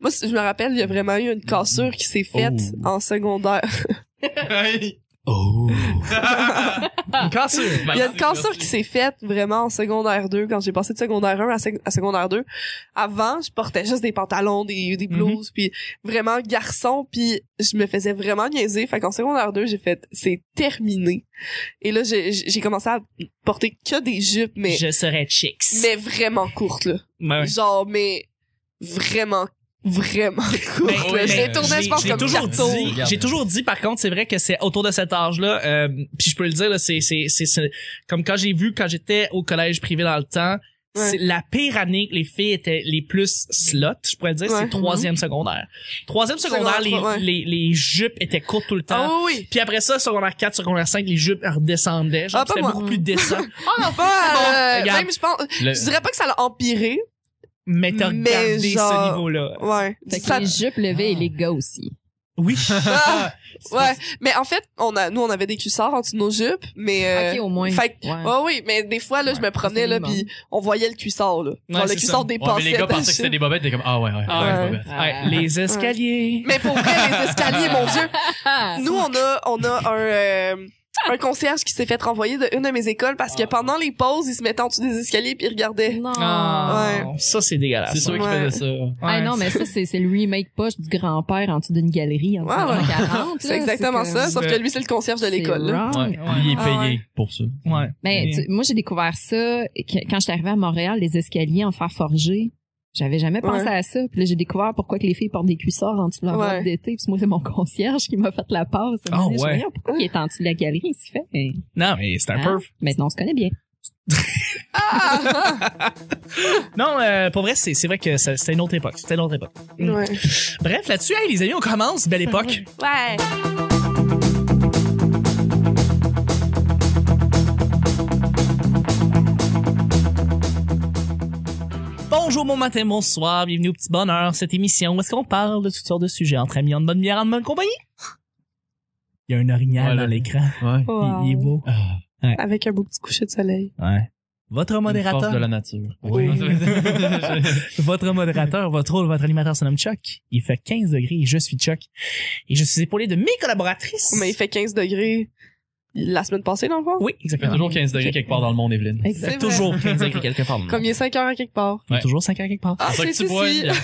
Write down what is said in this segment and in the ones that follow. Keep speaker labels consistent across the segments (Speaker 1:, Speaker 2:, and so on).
Speaker 1: Moi, si je me rappelle, il y a vraiment eu une cassure qui s'est faite
Speaker 2: Oh.
Speaker 1: en secondaire.
Speaker 2: Oh.
Speaker 3: Une cassure.
Speaker 1: Ah. Il y a une cassure qui s'est faite vraiment en secondaire 2, quand j'ai passé de secondaire 1 à, sec- à secondaire 2. Avant, je portais juste des pantalons, des, des
Speaker 3: Mhm.
Speaker 1: blouses, puis vraiment garçon, puis je me faisais vraiment niaiser. Fait qu'en secondaire 2, j'ai fait « c'est terminé ». Et là, j'ai j'ai commencé à porter que des jupes, mais,
Speaker 3: Je serais chicks.
Speaker 1: mais vraiment courtes, là.
Speaker 3: Ouais, ouais.
Speaker 1: Genre, mais vraiment, vraiment courtes.
Speaker 3: Ben,
Speaker 1: là.
Speaker 3: ouais,
Speaker 1: je
Speaker 3: ben,
Speaker 1: les tournais,
Speaker 3: j'ai-
Speaker 1: je pense,
Speaker 3: j'ai
Speaker 1: comme
Speaker 3: toujours
Speaker 1: carton.
Speaker 3: dit,
Speaker 2: Regarde.
Speaker 3: J'ai toujours dit, par contre, c'est vrai que c'est autour de cet âge-là, euh, puis je peux le dire, là, c'est, c'est, c'est, c'est- comme quand j'ai vu, quand j'étais au collège privé dans le temps,
Speaker 1: Ouais.
Speaker 3: c'est la pire année que les filles étaient les plus slots, je pourrais le dire, c'est
Speaker 1: Ouais.
Speaker 3: troisième secondaire. Troisième secondaire, les,
Speaker 1: Secondaire trois, ouais.
Speaker 3: les, les jupes étaient courtes tout le temps.
Speaker 1: Ah oui!
Speaker 3: Puis après ça, secondaire 4, secondaire 5, les jupes redescendaient. Genre,
Speaker 1: Ah, pas
Speaker 3: c'était
Speaker 1: moi.
Speaker 3: beaucoup plus décent.
Speaker 1: Ah, non, pas, euh,
Speaker 3: regarde.
Speaker 1: même, je pense, je dirais pas que ça l'a empiré.
Speaker 3: mais t'as
Speaker 1: Mais
Speaker 3: regardé ce
Speaker 1: genre-
Speaker 3: niveau-là.
Speaker 1: Ouais.
Speaker 4: Fait que
Speaker 1: Ça-
Speaker 4: les jupes levées et les gars aussi.
Speaker 3: Oui.
Speaker 1: Ah, ouais. Mais en fait, on a, nous, on avait des cuissards en dessous de nos jupes, mais, euh,
Speaker 4: ok, au moins.
Speaker 1: fait que- oh,
Speaker 4: Ouais.
Speaker 1: ouais, oui, mais des fois, là, je me promenais, là,
Speaker 4: minimum.
Speaker 1: puis on voyait le cuissard, là. Genre,
Speaker 3: Ouais,
Speaker 1: le
Speaker 3: c'est
Speaker 1: cuissard
Speaker 5: Ouais,
Speaker 3: ça.
Speaker 5: mais
Speaker 1: dépassait.
Speaker 5: les gars
Speaker 1: dans le
Speaker 5: pensaient que c'était
Speaker 1: jupe.
Speaker 5: des bobettes, t'es comme, ah ouais, ouais,
Speaker 3: Ah,
Speaker 5: ouais,
Speaker 1: ouais.
Speaker 5: les bobettes.
Speaker 3: Ouais, les escaliers.
Speaker 1: Mais pour vrai, les escaliers, mon Dieu.
Speaker 4: Ah,
Speaker 1: Nous, on a, on a un, euh, un concierge qui s'est fait renvoyer de une de mes écoles parce que
Speaker 5: Ah.
Speaker 1: pendant les pauses, il se mettait en dessous des escaliers puis il regardait.
Speaker 4: non.
Speaker 3: Ah, ça c'est dégueulasse.
Speaker 5: C'est sûr qu'ils
Speaker 1: Ouais.
Speaker 5: faisaient ça.
Speaker 4: Ah non, mais ça, c'est c'est le remake poche du grand-père en dessous d'une galerie en
Speaker 1: Ouais, ouais.
Speaker 4: 1940.
Speaker 1: C'est exactement ça, sauf que lui, c'est le concierge de l'école, là.
Speaker 5: Ouais. Lui, il est payé pour ça.
Speaker 3: Ah, Ouais.
Speaker 4: Mais tu- moi, j'ai découvert ça que- quand j'étais arrivée à Montréal, les escaliers en fer forgé. J'avais jamais pensé à ça. Puis là, j'ai découvert pourquoi que les filles portent des cuissards en dessous de leur
Speaker 1: Ouais.
Speaker 4: robe d'été. Puis moi, c'est mon concierge qui m'a fait la passe.
Speaker 3: Ah,
Speaker 4: Un moment donné, je
Speaker 3: ouais.
Speaker 4: me dis, Ah, Pourquoi il est en dessous de la galerie? Il se fait. Mais
Speaker 3: Non, mais c'est un
Speaker 4: Hein?
Speaker 3: perf.
Speaker 4: maintenant, on se connaît bien.
Speaker 1: Ah!
Speaker 3: Non, euh, pour vrai, c'est c'est vrai que ça- c'était une autre époque. C'était une autre époque. Mm.
Speaker 1: ouais.
Speaker 3: Bref, là-dessus, hey, les amis, on commence.
Speaker 4: Ben
Speaker 3: Belle époque.
Speaker 1: Ouais.
Speaker 3: Bonjour, bon matin, bonsoir. Bienvenue au Petit Bonheur, cette émission où est-ce qu'on parle de toutes sortes de sujets entre amis, en bonne bière, en bonne compagnie. Il y a un orignal
Speaker 5: Voilà.
Speaker 3: dans l'écran.
Speaker 5: Ouais.
Speaker 1: hein.
Speaker 3: Il, il est beau.
Speaker 5: Ah,
Speaker 1: Avec un beau petit coucher de soleil.
Speaker 3: Ouais. Votre
Speaker 5: une
Speaker 3: modérateur.
Speaker 5: force de la nature.
Speaker 3: Oui.
Speaker 5: Je-
Speaker 3: Votre modérateur, votre rôle, votre animateur se nomme Chuck. Il fait 15 degrés et je suis Chuck. Et je suis épaulé de mes collaboratrices.
Speaker 1: Oh, Mais il fait 15 degrés la semaine passée, dans le fond.
Speaker 3: Oui,
Speaker 5: Il fait
Speaker 3: exactement.
Speaker 5: toujours 15 degrés quelque part dans le monde, Evelyne.
Speaker 3: Il fait
Speaker 1: C'est vrai.
Speaker 3: toujours 15 degrés quelque part.
Speaker 1: Comme il est 5 heures à quelque part.
Speaker 3: Il y a
Speaker 5: Ouais.
Speaker 3: toujours 5 heures quelque part.
Speaker 1: Ah, c'est
Speaker 5: C'est ça que tu bois.
Speaker 1: ici.
Speaker 5: Yann.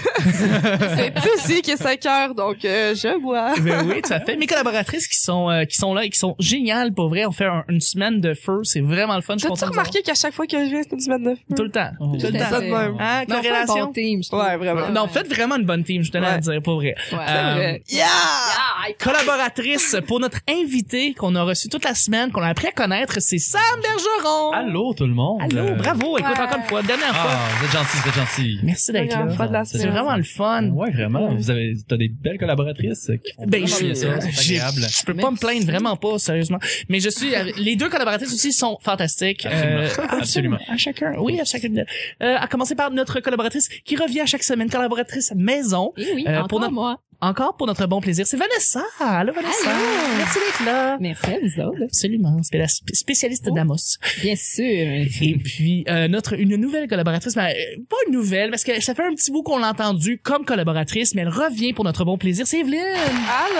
Speaker 1: C'est ici qu'il est 5 heures, donc euh, je bois.
Speaker 3: Ben oui, ça fait. Mes collaboratrices qui sont, euh, qui sont là et qui sont géniales, pour vrai. On fait un- une semaine de feu. C'est vraiment le fun. Je suis
Speaker 1: T'as-tu
Speaker 3: content de
Speaker 1: remarqué qu'à chaque fois que je viens, c'est une semaine de
Speaker 3: vous avoir. Tout
Speaker 1: feu?
Speaker 3: le temps.
Speaker 5: Oh.
Speaker 3: Tout le
Speaker 4: Tout à
Speaker 3: temps.
Speaker 1: Ça de
Speaker 4: fait.
Speaker 1: même.
Speaker 3: Hein,
Speaker 4: Non, fait un
Speaker 3: corrélation.
Speaker 4: bon team, je trouve.
Speaker 1: Ouais, vraiment.
Speaker 3: Non, faites vraiment une bonne team, je tenais à le dire, pour vrai.
Speaker 4: Ouais.
Speaker 3: Euh,
Speaker 1: vrai. Yeah!
Speaker 4: Ah,
Speaker 3: Collaboratrice pour notre invité qu'on a reçu toute la semaine, qu'on a appris à connaître, c'est Sam Bergeron.
Speaker 5: Allô, tout le monde.
Speaker 3: Allô,
Speaker 5: Euh,
Speaker 3: Oh, bravo. Écoute,
Speaker 1: Ouais.
Speaker 3: encore une fois, dernière fois.
Speaker 5: Ah, vous êtes gentils, vous êtes gentils.
Speaker 3: Merci d'être
Speaker 1: Première
Speaker 3: là.
Speaker 1: fois de la
Speaker 5: C'est
Speaker 3: C'est
Speaker 1: semaine.
Speaker 3: vraiment le fun.
Speaker 5: Ouais, vraiment. Vous avez, t'as des belles collaboratrices. qui font
Speaker 3: Ben,
Speaker 5: vraiment
Speaker 3: je,
Speaker 5: bien ça, elles sont
Speaker 3: j'ai-
Speaker 5: agréables.
Speaker 3: je peux pas me plaindre vraiment pas, sérieusement. Mais je suis, euh, les deux collaboratrices aussi sont fantastiques. euh,
Speaker 5: Absolument. Absolument.
Speaker 3: À chacun, oui, à chacune d'elles. Euh, à commencer par notre collaboratrice qui revient à chaque semaine, collaboratrice maison,
Speaker 4: Eh oui,
Speaker 3: Euh,
Speaker 4: encore
Speaker 3: pour notre-
Speaker 4: moi.
Speaker 3: encore pour notre bon plaisir. C'est Vanessa! Allô, Vanessa!
Speaker 4: Allô.
Speaker 3: Merci d'être là!
Speaker 4: Merci à vous autres.
Speaker 3: Absolument. C'est la sp- spécialiste
Speaker 5: Oh.
Speaker 3: d'Amos.
Speaker 4: Bien sûr.
Speaker 3: Et puis, euh, notre, une nouvelle collaboratrice, mais, euh, pas une nouvelle, parce que ça fait un petit bout qu'on l'a entendue comme collaboratrice, mais elle revient pour notre bon plaisir. C'est Evelyne! Oh,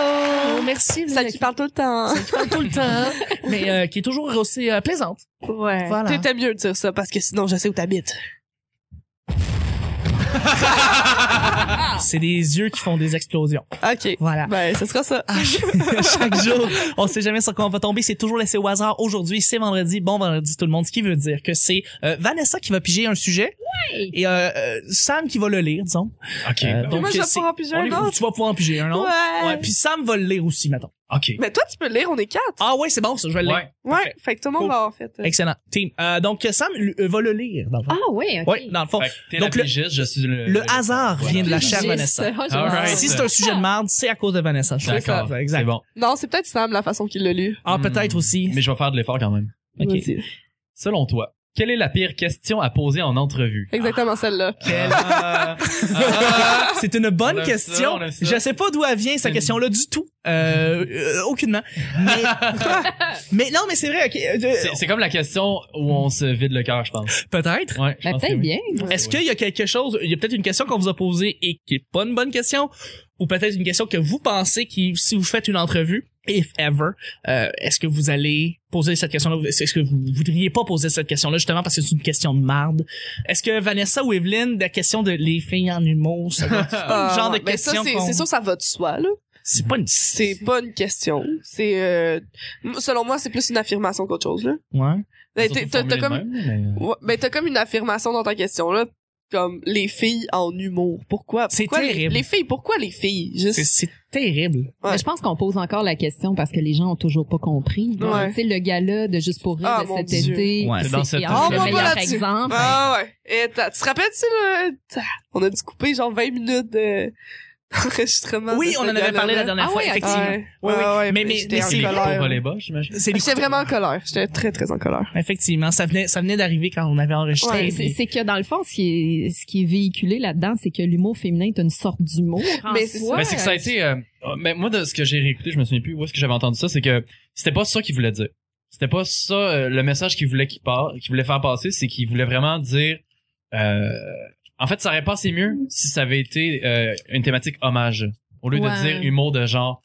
Speaker 1: Allô?
Speaker 3: merci.
Speaker 1: Celle qui parle tout le temps.
Speaker 3: Pas tout le temps, mais euh, qui est toujours aussi euh, plaisante.
Speaker 1: Ouais.
Speaker 3: Voilà.
Speaker 1: T'étais mieux de dire ça, parce que sinon, je sais où t'habites.
Speaker 3: C'est des yeux qui font des explosions.
Speaker 1: OK.
Speaker 3: Voilà.
Speaker 1: Ben, ce sera ça.
Speaker 3: Ah, Chaque jour, on sait jamais sur quoi on va tomber. C'est toujours laissé au hasard. Aujourd'hui, c'est vendredi. Bon vendredi tout le monde. Ce qui veut dire que c'est euh, Vanessa qui va piger un sujet
Speaker 4: Ouais.
Speaker 3: et euh, euh, Sam qui va le lire, disons.
Speaker 5: Ok.
Speaker 3: Euh,
Speaker 5: bon.
Speaker 3: donc,
Speaker 1: Moi, je vais
Speaker 3: c'est-
Speaker 1: pouvoir piger
Speaker 3: On
Speaker 1: un
Speaker 3: est-
Speaker 1: autre.
Speaker 3: tu vas pouvoir en piger un autre.
Speaker 1: Ouais.
Speaker 3: Ouais, puis Sam va le lire aussi, maintenant.
Speaker 5: Ok.
Speaker 1: Mais toi, tu peux lire, on est quatre.
Speaker 3: Ah ouais, c'est bon, ça, je vais le lire.
Speaker 5: Ouais.
Speaker 1: Ouais. Fait que tout le monde
Speaker 3: Cool.
Speaker 1: va en fait. euh,
Speaker 3: Excellent. Team. Euh, donc, Sam lui, euh, va le lire, dans le fond.
Speaker 4: Ah oui, ok.
Speaker 3: Ouais, dans le fond.
Speaker 5: Fait que t'es
Speaker 3: Donc,
Speaker 5: la
Speaker 3: le-
Speaker 5: pigiste, je suis le...
Speaker 3: Le hasard
Speaker 5: Voilà.
Speaker 3: vient de la chère
Speaker 4: J'ai-
Speaker 3: Vanessa.
Speaker 4: Ah, j'ai-
Speaker 5: Alright.
Speaker 3: Si c'est un sujet de merde, c'est à cause de Vanessa. je trouve.
Speaker 5: D'accord.
Speaker 3: Exact.
Speaker 5: C'est bon.
Speaker 1: Non, c'est peut-être Sam, la façon qu'il l'a lu.
Speaker 3: Ah,
Speaker 5: Hmm.
Speaker 3: peut-être aussi.
Speaker 5: Mais je vais faire de l'effort quand même.
Speaker 3: Ok.
Speaker 1: Vas-y.
Speaker 5: Selon toi, Quelle est la pire question à poser en entrevue?
Speaker 1: Exactement celle-là.
Speaker 3: Quelle-
Speaker 5: Ah, ah,
Speaker 3: Euh, C'est une bonne
Speaker 5: On aime ça,
Speaker 3: question.
Speaker 5: on aime ça.
Speaker 3: je sais pas d'où elle vient, cette
Speaker 5: Mm.
Speaker 3: question-là, du tout. Euh, euh, aucunement. Mais, mais non, mais c'est vrai. ok, euh,
Speaker 5: c'est c'est comme la question où on se vide le cœur, je pense.
Speaker 3: Peut-être.
Speaker 5: Ouais, je
Speaker 4: Ben,
Speaker 5: pense que
Speaker 4: peut-être
Speaker 5: oui.
Speaker 4: bien.
Speaker 3: Est-ce
Speaker 5: Ouais.
Speaker 3: qu'il y a quelque chose, il y a peut-être une question qu'on vous a posée et qui est pas une bonne question, ou peut-être une question que vous pensez qui, si vous faites une entrevue, if ever, euh, est-ce que vous allez poser cette question-là, ou est-ce que vous voudriez pas poser cette question-là justement parce que c'est une question de marde? Est-ce que Vanessa ou Evelyn, la question de les filles en humour, ça doit- c'est pas
Speaker 1: Ah,
Speaker 3: le genre de
Speaker 1: ben ça,
Speaker 3: question
Speaker 1: c'est
Speaker 3: qu'on-
Speaker 1: c'est sûr, ça va de soi, là.
Speaker 3: c'est pas une,
Speaker 1: C'est pas une question. C'est, euh, m- selon moi, c'est plus une affirmation qu'autre chose, là.
Speaker 3: ouais.
Speaker 1: Ben,
Speaker 5: Surtout
Speaker 1: t'es- T'as t'as
Speaker 5: formulé de
Speaker 1: comme,
Speaker 5: même, mais-
Speaker 1: ouais, ben, t'as comme une affirmation dans ta question, là. Comme les filles en humour. Pourquoi?
Speaker 3: C'est
Speaker 1: pourquoi les-
Speaker 3: terrible.
Speaker 1: Les, filles, pourquoi les filles?
Speaker 3: C'est-
Speaker 1: Juste.
Speaker 3: C'est terrible.
Speaker 1: Ouais.
Speaker 4: Mais je pense qu'on pose encore la question parce que les gens ont toujours pas compris.
Speaker 1: Ouais.
Speaker 4: Tu sais, le gala de Juste pour rire
Speaker 1: Ah,
Speaker 4: de
Speaker 1: mon
Speaker 4: cet
Speaker 1: Dieu. Ah,
Speaker 4: été.
Speaker 5: Ouais. C'est dans cet
Speaker 4: et
Speaker 5: été.
Speaker 4: encore
Speaker 5: On va
Speaker 4: le
Speaker 5: pas
Speaker 4: meilleur
Speaker 1: là-dessus.
Speaker 4: exemple.
Speaker 1: Ah ouais. Et t'as- tu te rappelles-tu, là? t'as- On a dû couper genre 20 minutes de- d'enregistrement.
Speaker 3: Oui,
Speaker 1: de
Speaker 3: on
Speaker 1: ce
Speaker 3: en avait
Speaker 1: gala-là.
Speaker 3: parlé la dernière
Speaker 4: Ah
Speaker 3: fois,
Speaker 4: oui,
Speaker 3: effectivement.
Speaker 1: Ouais. Ah,
Speaker 3: Oui, oui.
Speaker 1: Ouais, ouais,
Speaker 3: Mais-
Speaker 1: puis
Speaker 3: mais-
Speaker 1: j'étais
Speaker 3: mais
Speaker 1: en
Speaker 5: C'est les
Speaker 1: colère.
Speaker 5: coups pour les bas, j'imagine.
Speaker 3: C'est
Speaker 1: J'étais vraiment en colère. J'étais très, très en colère.
Speaker 3: Effectivement, ça venait, ça venait d'arriver quand on avait enregistré.
Speaker 1: Ouais,
Speaker 4: Ben, c'est c'est que dans le fond, ce qui est, ce qui est véhiculé là-dedans, c'est que l'humour féminin est une sorte d'humour. en
Speaker 1: Mais c'est
Speaker 4: soi.
Speaker 5: Ben, c'est que ça a été. euh, euh, mais moi, de ce que j'ai réécouté, je me souviens plus où est-ce que j'avais entendu ça, c'est que c'était pas ça qu'il voulait dire. C'était pas ça euh, le message qu'il voulait qu'il part, qu'il voulait faire passer, c'est qu'il voulait vraiment dire. euh, en fait, ça aurait passé mieux si ça avait été euh, une thématique hommage au lieu
Speaker 4: Ouais.
Speaker 5: de dire humour de genre.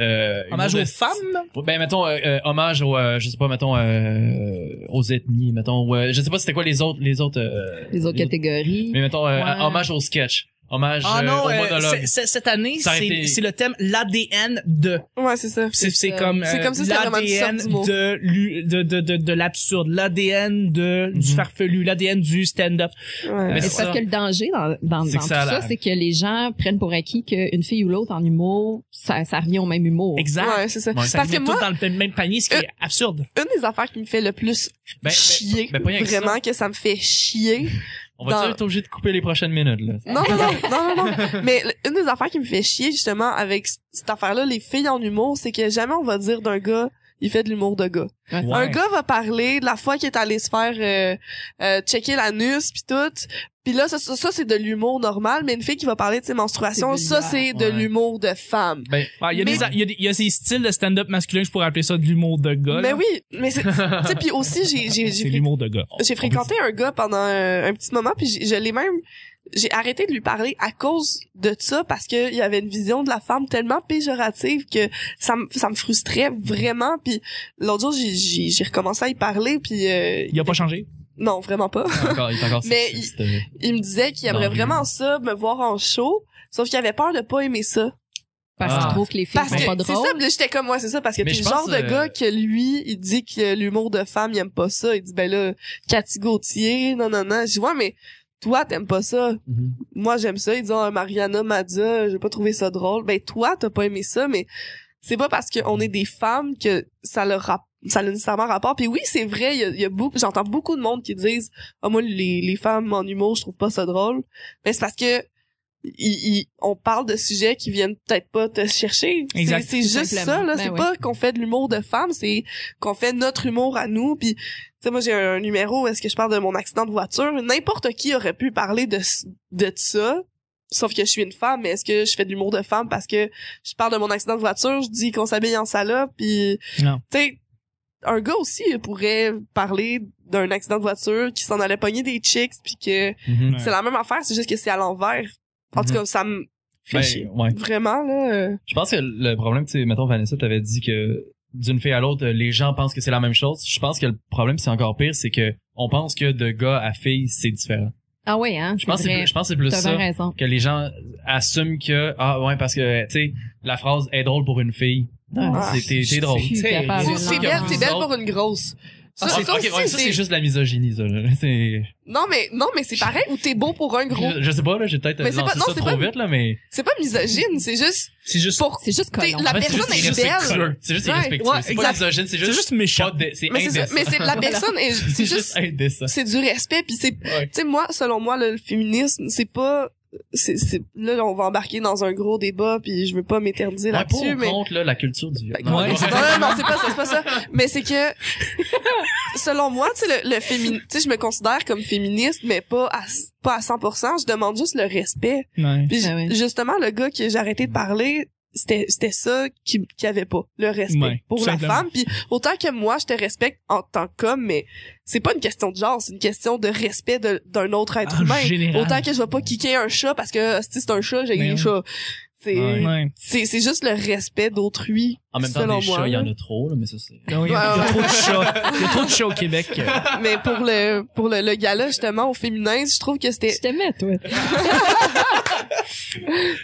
Speaker 5: Euh,
Speaker 3: Hommage
Speaker 5: humour
Speaker 3: aux
Speaker 5: de-
Speaker 3: femmes.
Speaker 5: Ben mettons euh, euh, hommage aux euh, je sais pas mettons euh, aux ethnies mettons ou, euh, je sais pas c'était quoi les autres les autres euh,
Speaker 4: Les autres catégories.
Speaker 5: mais mettons euh,
Speaker 3: Ouais.
Speaker 5: hommage au sketch hommage
Speaker 3: Ah
Speaker 5: euh,
Speaker 3: non,
Speaker 5: au
Speaker 3: euh,
Speaker 5: monologue
Speaker 3: c'est- c'est- cette année,
Speaker 5: Ça a
Speaker 3: c'est
Speaker 5: été-
Speaker 3: c'est le thème l'ADN de.
Speaker 1: Ouais, c'est ça.
Speaker 3: C'est c'est
Speaker 1: ça.
Speaker 3: comme,
Speaker 1: C'est
Speaker 3: euh,
Speaker 1: comme ça, c'était vraiment une sorte
Speaker 3: l'ADN
Speaker 1: d'humour.
Speaker 3: de l'u- de de de, de l'absurde, l'ADN de du
Speaker 5: Mhm.
Speaker 3: farfelu, l'ADN du stand-up.
Speaker 1: Ouais.
Speaker 5: Mais
Speaker 4: Mais
Speaker 5: c'est
Speaker 4: c'est
Speaker 5: ça.
Speaker 4: parce que le danger dans, dans,
Speaker 5: C'est
Speaker 4: dans
Speaker 5: que
Speaker 4: tout
Speaker 5: ça a
Speaker 4: ça,
Speaker 5: la-
Speaker 4: c'est que les gens prennent pour acquis qu'une fille ou l'autre en humour, ça, ça revient au même humour.
Speaker 3: Exact.
Speaker 1: Ouais, c'est ça.
Speaker 5: Ouais.
Speaker 3: Ça
Speaker 1: Parce
Speaker 3: met
Speaker 1: que
Speaker 3: tout
Speaker 1: moi, euh,
Speaker 3: dans le même panier, ce qui est absurde.
Speaker 1: une des affaires qui me fait le plus
Speaker 5: Ben,
Speaker 1: chier,
Speaker 5: ben, ben, pas rien que ça.
Speaker 1: vraiment que ça me fait chier.
Speaker 5: On va
Speaker 1: Dans-
Speaker 5: être obligé de couper les prochaines minutes, là.
Speaker 1: Non, non, non, non, non, non. Mais le- une des affaires qui me fait chier justement avec c- cette affaire-là, les filles en humour, c'est que jamais on va dire d'un gars, il fait de l'humour de gars.
Speaker 4: Ouais.
Speaker 1: Un gars va parler de la fois qu'il est allé se faire euh, euh, checker l'anus puis tout. Puis là, ça, ça, ça, c'est de l'humour normal, mais une fille qui va parler de ses menstruations,
Speaker 4: C'est
Speaker 1: ça,
Speaker 4: vulgaire,
Speaker 1: c'est de
Speaker 5: ouais.
Speaker 1: l'humour de femme.
Speaker 3: Ouais, Il y, a
Speaker 1: Mais-
Speaker 3: des a- il y a des- il y a ces styles de stand-up masculin, je pourrais appeler ça de l'humour de gars.
Speaker 1: Mais Ben
Speaker 3: là.
Speaker 1: oui, mais c'est... tu sais, puis aussi, j'ai- j'ai... Euh,
Speaker 3: c'est
Speaker 1: j'ai
Speaker 3: l'humour de gars.
Speaker 1: j'ai fréquenté un gars pendant euh, un petit moment puis j'ai- je l'ai même j'ai arrêté de lui parler à cause de ça parce que il y avait une vision de la femme tellement péjorative que ça me ça me frustrait vraiment puis l'autre jour j'ai- j'ai j'ai recommencé à y parler puis euh,
Speaker 3: Il a pas changé.
Speaker 1: non vraiment pas
Speaker 5: Il est encore, il est encore
Speaker 1: Mais
Speaker 5: sexiste, euh.
Speaker 1: il me disait qu'il aimerait
Speaker 5: Non, oui.
Speaker 1: vraiment ça me voir en show sauf qu'il avait peur de pas aimer ça
Speaker 4: Parce
Speaker 5: Ah.
Speaker 4: qu'ils trouvent que les filles
Speaker 1: parce
Speaker 4: sont
Speaker 1: que
Speaker 4: pas
Speaker 1: c'est ça
Speaker 4: drôles.
Speaker 1: puis là, j'étais comme moi c'est ça parce que
Speaker 5: Mais
Speaker 1: t'es
Speaker 5: je
Speaker 1: le genre
Speaker 5: pense,
Speaker 1: de
Speaker 5: euh,
Speaker 1: gars que lui il dit que l'humour de femme il aime pas ça il dit ben là Cathy Gauthier non non non je vois mais toi t'aimes pas ça
Speaker 5: Mhm.
Speaker 1: moi j'aime ça ils disent Ah, Mariana Madza j'ai pas trouvé ça drôle ben toi t'as pas aimé ça mais c'est pas parce qu'on est des femmes que ça leur rap- ça a nécessairement rapport puis oui c'est vrai il y a, il y a beaucoup j'entends beaucoup de monde qui disent ah moi les, les femmes en humour je trouve pas ça drôle mais c'est parce que ils- ils- on parle de sujets qui viennent peut-être pas te chercher C'est-
Speaker 3: Exact.
Speaker 1: c'est juste
Speaker 4: Simplement.
Speaker 1: ça là
Speaker 4: Ben
Speaker 1: c'est
Speaker 4: oui.
Speaker 1: pas qu'on fait de l'humour de femmes c'est qu'on fait notre humour à nous puis tu sais, moi, j'ai un, un numéro, est-ce que je parle de mon accident de voiture? N'importe qui aurait pu parler de, s- de ça. Sauf que je suis une femme, mais est-ce que je fais de l'humour de femme parce que je parle de mon accident de voiture, je dis qu'on s'habille en salope, puis
Speaker 3: Non.
Speaker 1: tu sais, un gars aussi il pourrait parler d'un accident de voiture qui s'en allait pogner des chicks, puis que
Speaker 5: Mhm.
Speaker 1: c'est la même affaire, c'est juste que c'est à l'envers. En tout
Speaker 4: Mm-hmm.
Speaker 5: Mhm.
Speaker 1: cas, ça me fait
Speaker 5: Ben,
Speaker 1: chier.
Speaker 5: ouais.
Speaker 1: Vraiment, là. euh,
Speaker 5: Je pense que le problème, tu sais, mettons, Vanessa, t'avais dit que d'une fille à l'autre, les gens pensent que c'est la même chose. Je pense que le problème, c'est encore pire, c'est que on pense que de gars à fille, c'est différent.
Speaker 4: Ah ouais, hein.
Speaker 5: Je pense, que c'est plus- je pense que c'est plus
Speaker 4: T'as bien
Speaker 5: ça.
Speaker 4: raison.
Speaker 5: Que les gens assument que, ah ouais, parce que, tu sais, la phrase est drôle pour une fille. Non,
Speaker 1: Ah,
Speaker 5: c'est- t'es t'es drôle.
Speaker 4: je suis capable.
Speaker 1: Ouh,
Speaker 4: le
Speaker 1: c'est
Speaker 4: langage.
Speaker 1: belle,
Speaker 5: Vous
Speaker 1: c'est belle
Speaker 5: autres-
Speaker 1: pour une grosse. Ça,
Speaker 5: Ah, c'est-
Speaker 1: ça
Speaker 5: ok,
Speaker 1: aussi,
Speaker 5: ouais, ça,
Speaker 1: c'est-
Speaker 5: c'est juste de la misogynie, ça. là. C'est-
Speaker 1: Non, mais, non, mais c'est pareil ou t'es beau pour un gros.
Speaker 5: Je, je sais pas, là, j'ai peut-être
Speaker 1: Mais c'est
Speaker 5: lancé
Speaker 1: pas- non,
Speaker 5: ça
Speaker 1: c'est
Speaker 5: trop
Speaker 1: pas-
Speaker 5: vite, là, mais...
Speaker 1: C'est pas misogyne, c'est juste
Speaker 3: C'est juste.
Speaker 1: pour
Speaker 4: C'est juste
Speaker 1: T'es-
Speaker 4: colon.
Speaker 1: la
Speaker 5: En fait, c'est
Speaker 1: personne
Speaker 5: juste
Speaker 1: est
Speaker 5: irrespectueux.
Speaker 1: belle.
Speaker 5: C'est juste
Speaker 1: Ouais.
Speaker 5: irrespectueux.
Speaker 1: Ouais,
Speaker 5: c'est pas
Speaker 1: exact.
Speaker 5: misogyne, c'est
Speaker 3: C'est
Speaker 5: juste...
Speaker 3: juste méchant.
Speaker 5: pas de- C'est
Speaker 1: mais c'est ça,
Speaker 5: indécent.
Speaker 1: mais c'est la personne est c'est juste
Speaker 5: indécent.
Speaker 1: c'est du respect puis c'est tu
Speaker 5: Ouais.
Speaker 1: sais moi selon moi le, le féminisme c'est pas c'est, c'est- là, on va embarquer dans un gros débat, puis je veux pas m'éterniser
Speaker 5: Ouais, pour
Speaker 1: là-dessus,
Speaker 5: ou
Speaker 1: mais...
Speaker 5: contre, là, la culture du viol.
Speaker 1: Fait que-
Speaker 5: Non,
Speaker 3: Ouais.
Speaker 5: non.
Speaker 1: Bah, Non, non, non, c'est pas ça, c'est pas ça. Mais c'est que, selon moi, tu sais, le, le fémini- tu sais, je me considère comme féministe, mais pas à, pas à 100%. Je demande juste le respect.
Speaker 3: Ouais.
Speaker 1: Puis
Speaker 4: Ah ouais.
Speaker 1: ju- justement, le gars que j'ai arrêté de parler, c'était c'était ça qui qui avait pas le respect
Speaker 3: Ouais,
Speaker 1: pour
Speaker 3: tout
Speaker 1: la
Speaker 3: simplement.
Speaker 1: femme. Puis autant que moi, je te respecte en tant qu'homme, mais c'est pas une question de genre, c'est une question de respect de- d'un autre être
Speaker 3: En
Speaker 1: humain.
Speaker 3: Ah, général.
Speaker 1: Autant que je vais pas kicker un chat parce que si c'est un chat, j'ai
Speaker 3: Mais
Speaker 1: un
Speaker 3: oui.
Speaker 1: chat. C'est
Speaker 5: Ouais.
Speaker 3: Ouais.
Speaker 1: c'est c'est juste le respect d'autrui.
Speaker 5: En même temps,
Speaker 1: selon
Speaker 5: des
Speaker 1: moi,
Speaker 5: chats, il y
Speaker 1: là.
Speaker 5: en a trop, là, mais ça, c'est...
Speaker 3: Non, il y a, il y a trop de chats. Il y a trop de chats au Québec.
Speaker 1: Mais pour le pour le, le gala justement au féminin, je trouve que c'était
Speaker 4: Je t'aimais, toi.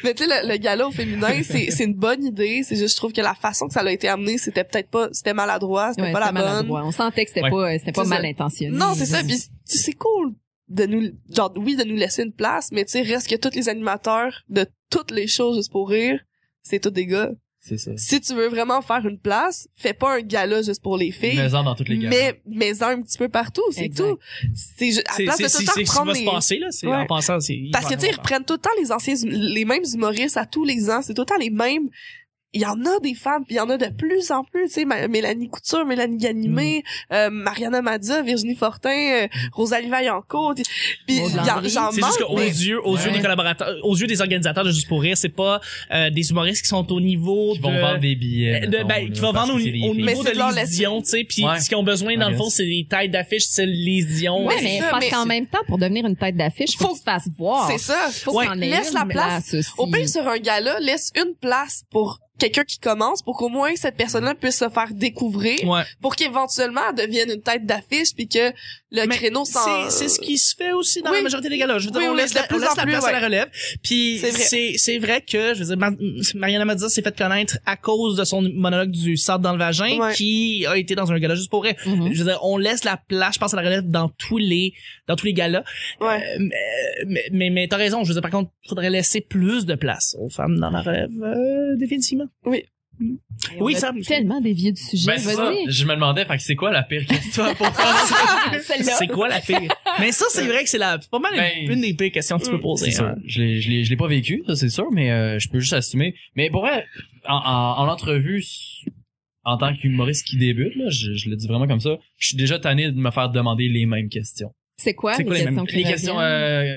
Speaker 1: Mais tu sais, le, le gala au féminin, c'est c'est une bonne idée. C'est juste, je trouve que la façon que ça a été amené, c'était peut-être pas, c'était maladroit, c'était
Speaker 4: Ouais,
Speaker 1: pas la
Speaker 4: c'était
Speaker 1: bonne.
Speaker 4: maladroit. On sentait que c'était
Speaker 5: Ouais.
Speaker 4: pas, c'était pas
Speaker 1: C'est
Speaker 4: mal
Speaker 1: ça.
Speaker 4: intentionné.
Speaker 1: Non, c'est ça. Puis c'est- c'est cool de nous, genre, oui, de nous laisser une place, mais tu sais, reste que tous les animateurs de toutes les choses juste pour rire, c'est tous des gars.
Speaker 5: C'est ça.
Speaker 1: Si tu veux vraiment faire une place, fais pas un gala juste pour les filles.
Speaker 5: Mets-en dans toutes les gammes.
Speaker 1: Mais, mais un petit peu partout, c'est
Speaker 4: Exact.
Speaker 1: tout. C'est ju- à
Speaker 3: C'est
Speaker 1: place de
Speaker 3: c'est-
Speaker 1: tout
Speaker 3: c'est-
Speaker 1: le temps
Speaker 3: c'est ce qui
Speaker 1: prendre
Speaker 3: va se
Speaker 1: des-
Speaker 3: passer, là. C'est-
Speaker 1: Ouais.
Speaker 3: En pensant, c'est...
Speaker 1: Parce que, tu sais, ils reprennent tout le temps les anciens, hum- les mêmes humoristes à tous les ans. C'est tout le temps les mêmes. Il y en a des femmes, puis il y en a de plus en plus. Tu sais, Ma- Mélanie Couture, Mélanie Ganimé, euh, Mariana Madza, Virginie Fortin, euh, Rosalie Vaillancourt. Puis puis
Speaker 4: Rose
Speaker 1: il y en-
Speaker 4: Landry.
Speaker 1: j'en
Speaker 3: C'est juste
Speaker 1: manque,
Speaker 3: qu'aux
Speaker 1: mais-
Speaker 3: yeux, aux yeux
Speaker 4: Ouais.
Speaker 3: des collaborateurs, aux yeux des organisateurs de Juste pour rire, c'est pas euh, des humoristes qui sont au niveau
Speaker 5: Qui
Speaker 3: de,
Speaker 5: vont vendre des billets.
Speaker 3: de-
Speaker 5: mettons,
Speaker 3: ben, qui
Speaker 5: là,
Speaker 3: vont
Speaker 5: parce
Speaker 3: vendre au,
Speaker 5: que c'est des
Speaker 3: au
Speaker 5: filles.
Speaker 1: Mais
Speaker 3: niveau
Speaker 1: c'est
Speaker 3: de
Speaker 1: de leur
Speaker 3: Lise
Speaker 1: laisser-
Speaker 3: Dion, tu sais, puis
Speaker 5: Ouais.
Speaker 3: ce qu'ils ont besoin dans
Speaker 5: I
Speaker 3: le fond,
Speaker 5: guess.
Speaker 3: c'est des tailles d'affiche, c'est euh, Lise Dion.
Speaker 1: Ouais,
Speaker 4: Ouais, mais
Speaker 1: c'est ça,
Speaker 4: parce
Speaker 1: mais
Speaker 4: qu'en
Speaker 1: c'est-
Speaker 4: même temps, pour devenir une tête d'affiche, faut,
Speaker 1: Faut-
Speaker 4: que tu te fasses voir.
Speaker 1: C'est ça. Faut
Speaker 4: Faut
Speaker 1: que
Speaker 4: que t'en aies
Speaker 1: laisse la
Speaker 4: une
Speaker 1: place.
Speaker 4: aussi.
Speaker 1: Au pire, sur un gala, laisse une place pour quelqu'un qui commence pour qu'au moins cette personne-là puisse se faire découvrir
Speaker 3: Ouais.
Speaker 1: pour qu'éventuellement elle devienne une tête d'affiche puis que le
Speaker 3: Mais
Speaker 1: créneau s'en
Speaker 3: C'est c'est ce qui se fait aussi dans
Speaker 1: Oui.
Speaker 3: la majorité des gars-là. Je veux dire,
Speaker 1: Oui,
Speaker 3: on
Speaker 1: oui,
Speaker 3: laisse,
Speaker 1: de
Speaker 3: la, on
Speaker 1: plus
Speaker 3: laisse
Speaker 1: en
Speaker 3: la
Speaker 1: plus,
Speaker 3: place à
Speaker 1: ouais.
Speaker 3: la relève. Puis
Speaker 1: C'est vrai.
Speaker 3: c'est c'est vrai que je veux dire, Mar- Mariana Mazza s'est faite connaître à cause de son monologue du sort dans le vagin,
Speaker 1: Ouais.
Speaker 3: qui a été dans un gala juste pour rire.
Speaker 4: Mhm.
Speaker 3: Je veux dire, on laisse la place, je pense à la relève dans tous les dans tous les galas.
Speaker 1: Ouais.
Speaker 3: Euh, mais mais, mais t'as raison. Je veux dire, par contre, faudrait laisser plus de place aux femmes dans la relève euh, définitivement. Mmh.
Speaker 4: Et on
Speaker 3: Oui,
Speaker 4: a
Speaker 3: ça-
Speaker 4: tellement dévié du sujet.
Speaker 5: Ben, c'est ça.
Speaker 4: Vas-y.
Speaker 5: Je me demandais, fait que c'est quoi la pire question à poser?
Speaker 4: Celle-là. Euh.
Speaker 3: C'est quoi la pire Mais ça, c'est vrai que c'est la c'est pas mal
Speaker 5: Ben,
Speaker 3: une des pires questions que tu peux
Speaker 1: Mm.
Speaker 4: mmh.
Speaker 3: poser.
Speaker 5: C'est sûr.
Speaker 3: hein.
Speaker 5: Je l'ai, je l'ai, je l'ai pas vécu, ça c'est sûr, mais euh, je peux juste assumer. Mais pour vrai, en, en, en entrevue, s- en tant qu'humoriste qui débute, là, je, je le dis vraiment comme ça, je suis déjà tanné de me faire demander les mêmes questions.
Speaker 4: C'est quoi
Speaker 3: C'est
Speaker 4: les
Speaker 3: quoi les
Speaker 4: questions
Speaker 3: mêmes-
Speaker 4: qui
Speaker 5: Les questions,
Speaker 4: reviennent?
Speaker 5: euh,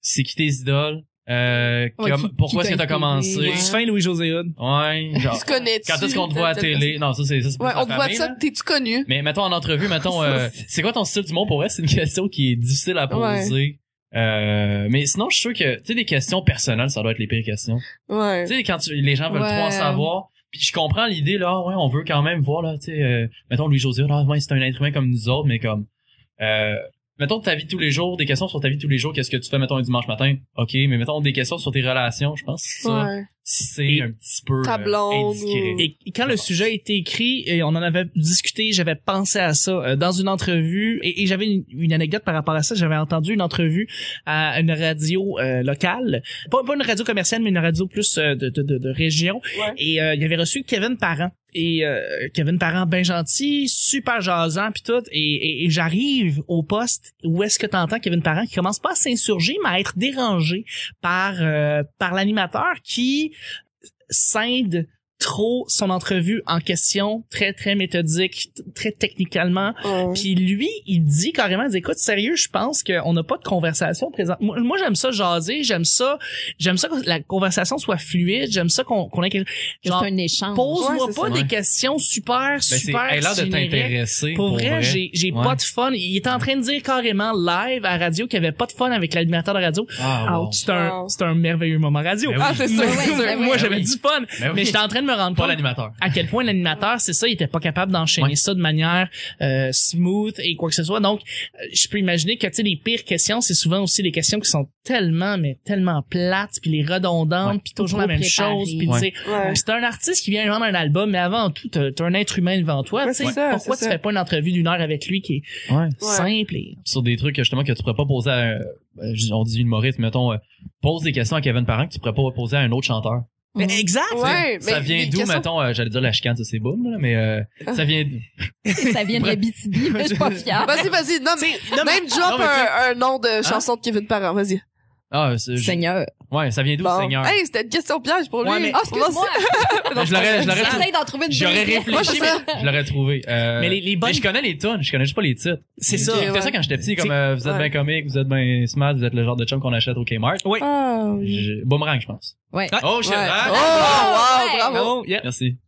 Speaker 5: c'est qui tes idoles? Euh,
Speaker 4: Ouais,
Speaker 5: comme-
Speaker 4: qui-
Speaker 5: pourquoi
Speaker 4: qui
Speaker 5: est-ce que
Speaker 4: t'a
Speaker 5: t'as commencé?
Speaker 4: inspiré,
Speaker 3: Tu fais Louis José Hood.
Speaker 5: Ouais, genre,
Speaker 1: se connaît
Speaker 5: Ah. quand est-ce qu'on te voit à télé? Non, ça c'est, ça, c'est plus
Speaker 1: Ouais,
Speaker 5: la
Speaker 1: on te voit de
Speaker 5: famille,
Speaker 1: ça,
Speaker 5: là.
Speaker 1: t'es-tu connu?
Speaker 5: Mais mettons en entrevue, mettons,
Speaker 1: Ça,
Speaker 5: euh, c'est quoi ton style du monde pour vrai? C'est une question qui est difficile à poser. Euh, mais sinon, je suis sûr que, tu sais, les questions personnelles, ça doit être les pires questions.
Speaker 1: Ouais.
Speaker 5: Tu sais, quand tu- les gens veulent
Speaker 4: Ouais.
Speaker 5: trop en savoir, puis je comprends l'idée, là, ouais, on veut quand même voir, là, tu sais, euh, mettons, Louis-José, ah, ouais, c'est un être humain comme nous autres, mais comme, euh, mettons, ta vie de tous les jours, des questions sur ta vie de tous les jours, qu'est-ce que tu fais, mettons, un dimanche matin, ok, mais mettons, des questions sur tes relations, je pense que ça,
Speaker 1: Ouais.
Speaker 5: c'est
Speaker 3: Et
Speaker 5: un petit peu
Speaker 1: ta
Speaker 5: euh,
Speaker 1: blonde
Speaker 5: indiscret.
Speaker 1: ou-
Speaker 3: Et quand le sujet a été écrit, et on en avait discuté, j'avais pensé à ça euh, dans une entrevue, et, et j'avais une, une anecdote par rapport à ça. J'avais entendu une entrevue à une radio euh, locale, pas, pas une radio commerciale, mais une radio plus euh, de, de, de, de région,
Speaker 1: Ouais.
Speaker 3: et euh, il avait reçu Kevin Parent. Et euh, Kevin Parent, ben gentil, super jasant, puis tout. Et, et- et j'arrive au poste où est-ce que t'entends Kevin Parent qui commence pas à s'insurger, mais à être dérangé par euh, par l'animateur qui scinde trop son entrevue en question, très très méthodique, t- très technicalement.
Speaker 1: Ouais.
Speaker 3: Puis lui, il dit carrément, il dit, écoute, sérieux, je pense qu'on n'a pas de conversation présente. Moi, moi, j'aime ça jaser, j'aime ça, j'aime ça que la conversation soit fluide, j'aime ça qu'on qu'on ait quelque
Speaker 4: C'est
Speaker 3: genre,
Speaker 4: un échange.
Speaker 3: Pose-moi
Speaker 1: Ouais, c'est
Speaker 3: pas
Speaker 5: ça.
Speaker 3: des
Speaker 5: Ouais.
Speaker 3: questions super,
Speaker 5: Ben, c'est,
Speaker 3: super
Speaker 5: elle a l'air de
Speaker 3: génériques.
Speaker 5: t'intéresser.
Speaker 3: Pour vrai, j'ai, j'ai
Speaker 5: Ouais.
Speaker 3: pas de fun. Il était en train de dire carrément live à radio qu'il avait pas de fun avec l'animateur de radio.
Speaker 5: Ah, wow.
Speaker 4: Ouch.
Speaker 3: C'est un,
Speaker 1: Wow.
Speaker 3: c'est un merveilleux moment radio.
Speaker 5: Ben oui.
Speaker 1: Ah, c'est sûr,
Speaker 4: Ouais,
Speaker 1: c'est
Speaker 4: ouais,
Speaker 1: sûr.
Speaker 4: ouais.
Speaker 3: Moi,
Speaker 5: Ben
Speaker 3: j'avais
Speaker 5: oui.
Speaker 3: du fun.
Speaker 5: Ben oui.
Speaker 3: Mais j'étais en train de me rendre
Speaker 5: pas
Speaker 3: compte
Speaker 5: l'animateur.
Speaker 3: à quel point l'animateur, c'est ça, il était pas capable d'enchaîner
Speaker 5: Ouais.
Speaker 3: ça de manière euh, smooth et quoi que ce soit. Donc, euh, je peux imaginer que, tu sais, les pires questions, c'est souvent aussi les questions qui sont tellement, mais tellement plates, puis les redondantes,
Speaker 5: Ouais.
Speaker 3: puis toujours la
Speaker 4: Trop
Speaker 3: même
Speaker 4: préparées.
Speaker 3: chose, puis tu
Speaker 5: Ouais.
Speaker 3: sais,
Speaker 1: Ouais.
Speaker 3: Pis c'est un artiste qui vient vendre un album, mais avant tout, t'as t'as un être humain devant toi.
Speaker 1: Ouais,
Speaker 3: tu sais.
Speaker 1: c'est ça,
Speaker 3: pourquoi tu
Speaker 1: c'est ça.
Speaker 3: fais pas une entrevue d'une heure avec lui qui est
Speaker 5: Ouais.
Speaker 1: Ouais.
Speaker 3: simple et...
Speaker 5: sur des trucs justement que tu pourrais pas poser à un- euh, on dit humoriste mettons euh, pose des questions à Kevin Parent que tu pourrais pas poser à un autre chanteur
Speaker 4: Mhm.
Speaker 3: Mais exact!
Speaker 1: Ouais,
Speaker 5: ça
Speaker 1: mais
Speaker 5: vient
Speaker 1: les
Speaker 5: d'où
Speaker 1: questions-
Speaker 5: mettons euh, j'allais dire la chicane ça c'est boum là, mais euh, ça vient d'où?
Speaker 4: Ça vient de la BTB, mais je suis pas fière.
Speaker 1: Vas-y, vas-y, nomme,
Speaker 3: Tu sais, non, mais-
Speaker 1: même drop
Speaker 5: mais tu sais-
Speaker 1: un, un nom de chanson de Kevin Parent, vas-y.
Speaker 5: Ah, c'est- je-
Speaker 4: Seigneur.
Speaker 5: Ouais, ça vient d'où,
Speaker 1: Bon.
Speaker 5: Seigneur?
Speaker 1: Hey, c'était une question piège pour
Speaker 3: Ouais,
Speaker 1: lui.
Speaker 3: mais-
Speaker 4: Ah, excuse-moi.
Speaker 3: Ben,
Speaker 5: Mais je l'aurais, je l'aurais,
Speaker 4: J'essaie d'en trouver une
Speaker 5: j'aurais
Speaker 4: deuxième.
Speaker 1: Moi, c'est
Speaker 5: réfléchi, mais
Speaker 1: ça.
Speaker 5: je l'aurais trouvé. Euh,
Speaker 3: Mais les, les bonnes,
Speaker 5: je connais les tunes, je connais juste pas les titres.
Speaker 3: c'est ça.
Speaker 1: Ok,
Speaker 5: C'était
Speaker 1: ouais.
Speaker 5: ça quand j'étais petit,
Speaker 3: C'est-
Speaker 5: comme euh, vous êtes
Speaker 1: ouais.
Speaker 5: bien comique, vous êtes bien smart, vous êtes le genre de chum qu'on achète au Kmart.
Speaker 1: Ah, oui.
Speaker 5: Je- Boomerang, je pense.
Speaker 4: Ouais.
Speaker 5: Oh, shit!
Speaker 1: Ouais.
Speaker 5: ah!
Speaker 1: Oh, wow,
Speaker 4: Ouais.
Speaker 1: bravo.
Speaker 3: Oh, yeah.
Speaker 5: Merci.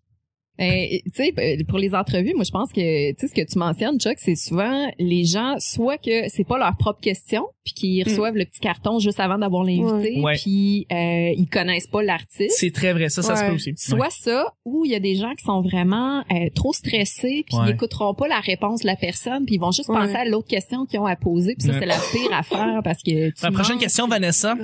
Speaker 4: Euh, tu sais, euh, pour les entrevues, moi, je pense que, tu sais, ce que tu mentionnes, Chuck, c'est souvent les gens, soit que c'est pas leur propre question, puis qu'ils
Speaker 1: Mm.
Speaker 4: reçoivent le petit carton juste avant d'avoir l'invité,
Speaker 3: Ouais.
Speaker 4: puis euh, ils connaissent pas l'artiste.
Speaker 3: C'est très vrai, ça, ça se
Speaker 1: Ouais.
Speaker 3: peut aussi.
Speaker 4: Soit ça, ou il y a des gens qui sont vraiment euh, trop stressés, puis
Speaker 5: Ouais.
Speaker 4: ils écouteront pas la réponse de la personne, puis ils vont juste
Speaker 1: Ouais.
Speaker 4: penser à l'autre question qu'ils ont à poser, puis ça,
Speaker 3: Ouais.
Speaker 4: c'est la pire affaire, parce que tu
Speaker 3: Ma prochaine
Speaker 4: manques-
Speaker 3: question, Vanessa.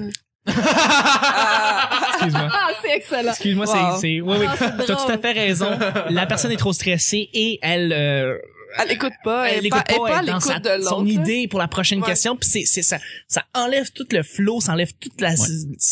Speaker 1: Ah.
Speaker 3: Excuse-moi.
Speaker 4: Ah, c'est excellent!
Speaker 3: Excuse-moi,
Speaker 1: Wow.
Speaker 3: c'est, c'est, oui, oui.
Speaker 4: Ah, c'est
Speaker 3: T'as tout à
Speaker 4: drôle.
Speaker 3: fait raison. La personne est trop stressée et elle, euh,
Speaker 1: Elle écoute pas. Elle,
Speaker 3: elle
Speaker 1: est pas,
Speaker 3: écoute
Speaker 1: elle est pas à
Speaker 3: elle est dans sa-
Speaker 1: l'écoute de l'autre. hein.
Speaker 3: son idée pour la prochaine
Speaker 1: Ouais.
Speaker 3: question. Puis c'est, c'est ça, ça enlève tout le flow, ça enlève toute la,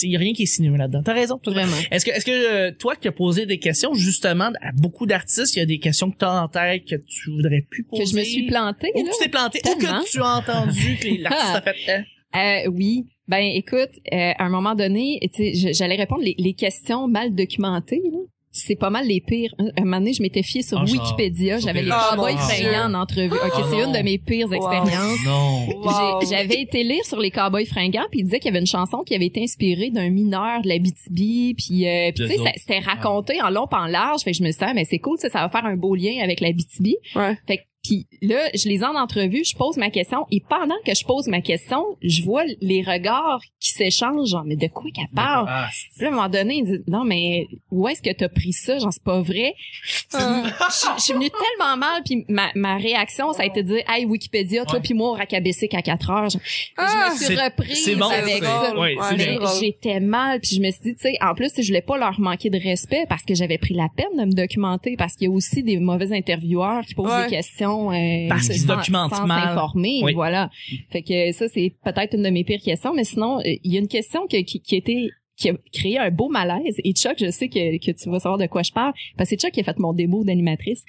Speaker 3: il y a rien qui est sinueux là-dedans. T'as raison. t'as
Speaker 4: Vraiment.
Speaker 3: Est-ce que, est-ce que euh, toi qui as posé des questions justement à beaucoup d'artistes, il y a des questions que t'as en tête que tu voudrais plus poser
Speaker 4: Que je me suis plantée,
Speaker 3: ou
Speaker 4: là.
Speaker 3: que tu t'es planté ou
Speaker 4: tellement.
Speaker 3: que tu as entendu que les- l'artiste a fait hein.
Speaker 4: Euh, oui. Ben écoute, euh, à un moment donné, tu sais, je- j'allais répondre les, les questions mal documentées. là. C'est pas mal les pires. Un moment donné, je m'étais fiée sur
Speaker 5: Ah, genre,
Speaker 4: Wikipédia.
Speaker 5: sur
Speaker 4: J'avais
Speaker 5: des-
Speaker 4: les
Speaker 1: Ah,
Speaker 4: cowboys
Speaker 1: mon
Speaker 4: fringants en
Speaker 1: Dieu.
Speaker 4: entrevue. Ok,
Speaker 5: Ah,
Speaker 4: c'est
Speaker 5: non.
Speaker 4: une de mes pires
Speaker 1: Wow. Oh.
Speaker 4: expériences.
Speaker 5: Non.
Speaker 1: Wow.
Speaker 4: J'ai- J'avais été lire sur les cowboys fringants, puis il disait qu'il y avait une chanson qui avait été inspirée d'un mineur de la BTB, puis euh, puis tu
Speaker 5: Des
Speaker 4: sais, ça-
Speaker 5: autres.
Speaker 4: c'était raconté en long, pis en large. Fait que je me suis dit, ah, mais c'est cool, tu sais, ça va faire un beau lien avec la BTB.
Speaker 1: Ouais.
Speaker 4: Fait que puis là, je les ai en entrevue, je pose ma question, et pendant que je pose ma question, je vois les regards qui s'échangent, genre, mais de quoi qu'elle parle?
Speaker 5: Ah,
Speaker 4: Puis là, à un moment donné, il dit, non, mais où est-ce que t'as pris ça? Genre, c'est pas vrai.
Speaker 1: Ah.
Speaker 4: Je je suis venue tellement mal, puis ma, ma réaction, ça a été de dire, hey, Wikipédia, toi
Speaker 5: Ouais.
Speaker 4: puis moi, on racabessique à 4 heures. Genre,
Speaker 1: Ah,
Speaker 4: je me suis
Speaker 3: c'est-
Speaker 4: reprise
Speaker 3: c'est bon,
Speaker 4: avec
Speaker 3: c'est-
Speaker 4: ça.
Speaker 3: ouais, c'est
Speaker 4: Mais
Speaker 3: bien.
Speaker 1: drôle.
Speaker 4: j'étais mal, puis je me suis dit, tu sais, en plus, je voulais pas leur manquer de respect parce que j'avais pris la peine de me documenter parce qu'il y a aussi des mauvais intervieweurs qui posent
Speaker 1: Ouais.
Speaker 4: des questions euh,
Speaker 3: Parce qu'ils se
Speaker 4: sans-
Speaker 3: documentent
Speaker 4: sans
Speaker 3: mal.
Speaker 4: s'informer,
Speaker 3: Oui.
Speaker 4: voilà. Fait que ça, c'est peut-être une de mes pires questions, mais sinon, euh, il y a une question que- qui, qui était qui a créé un beau malaise. Et Chuck, je sais que, que tu vas savoir de quoi je parle, parce que c'est Chuck qui a fait mon démo d'animatrice.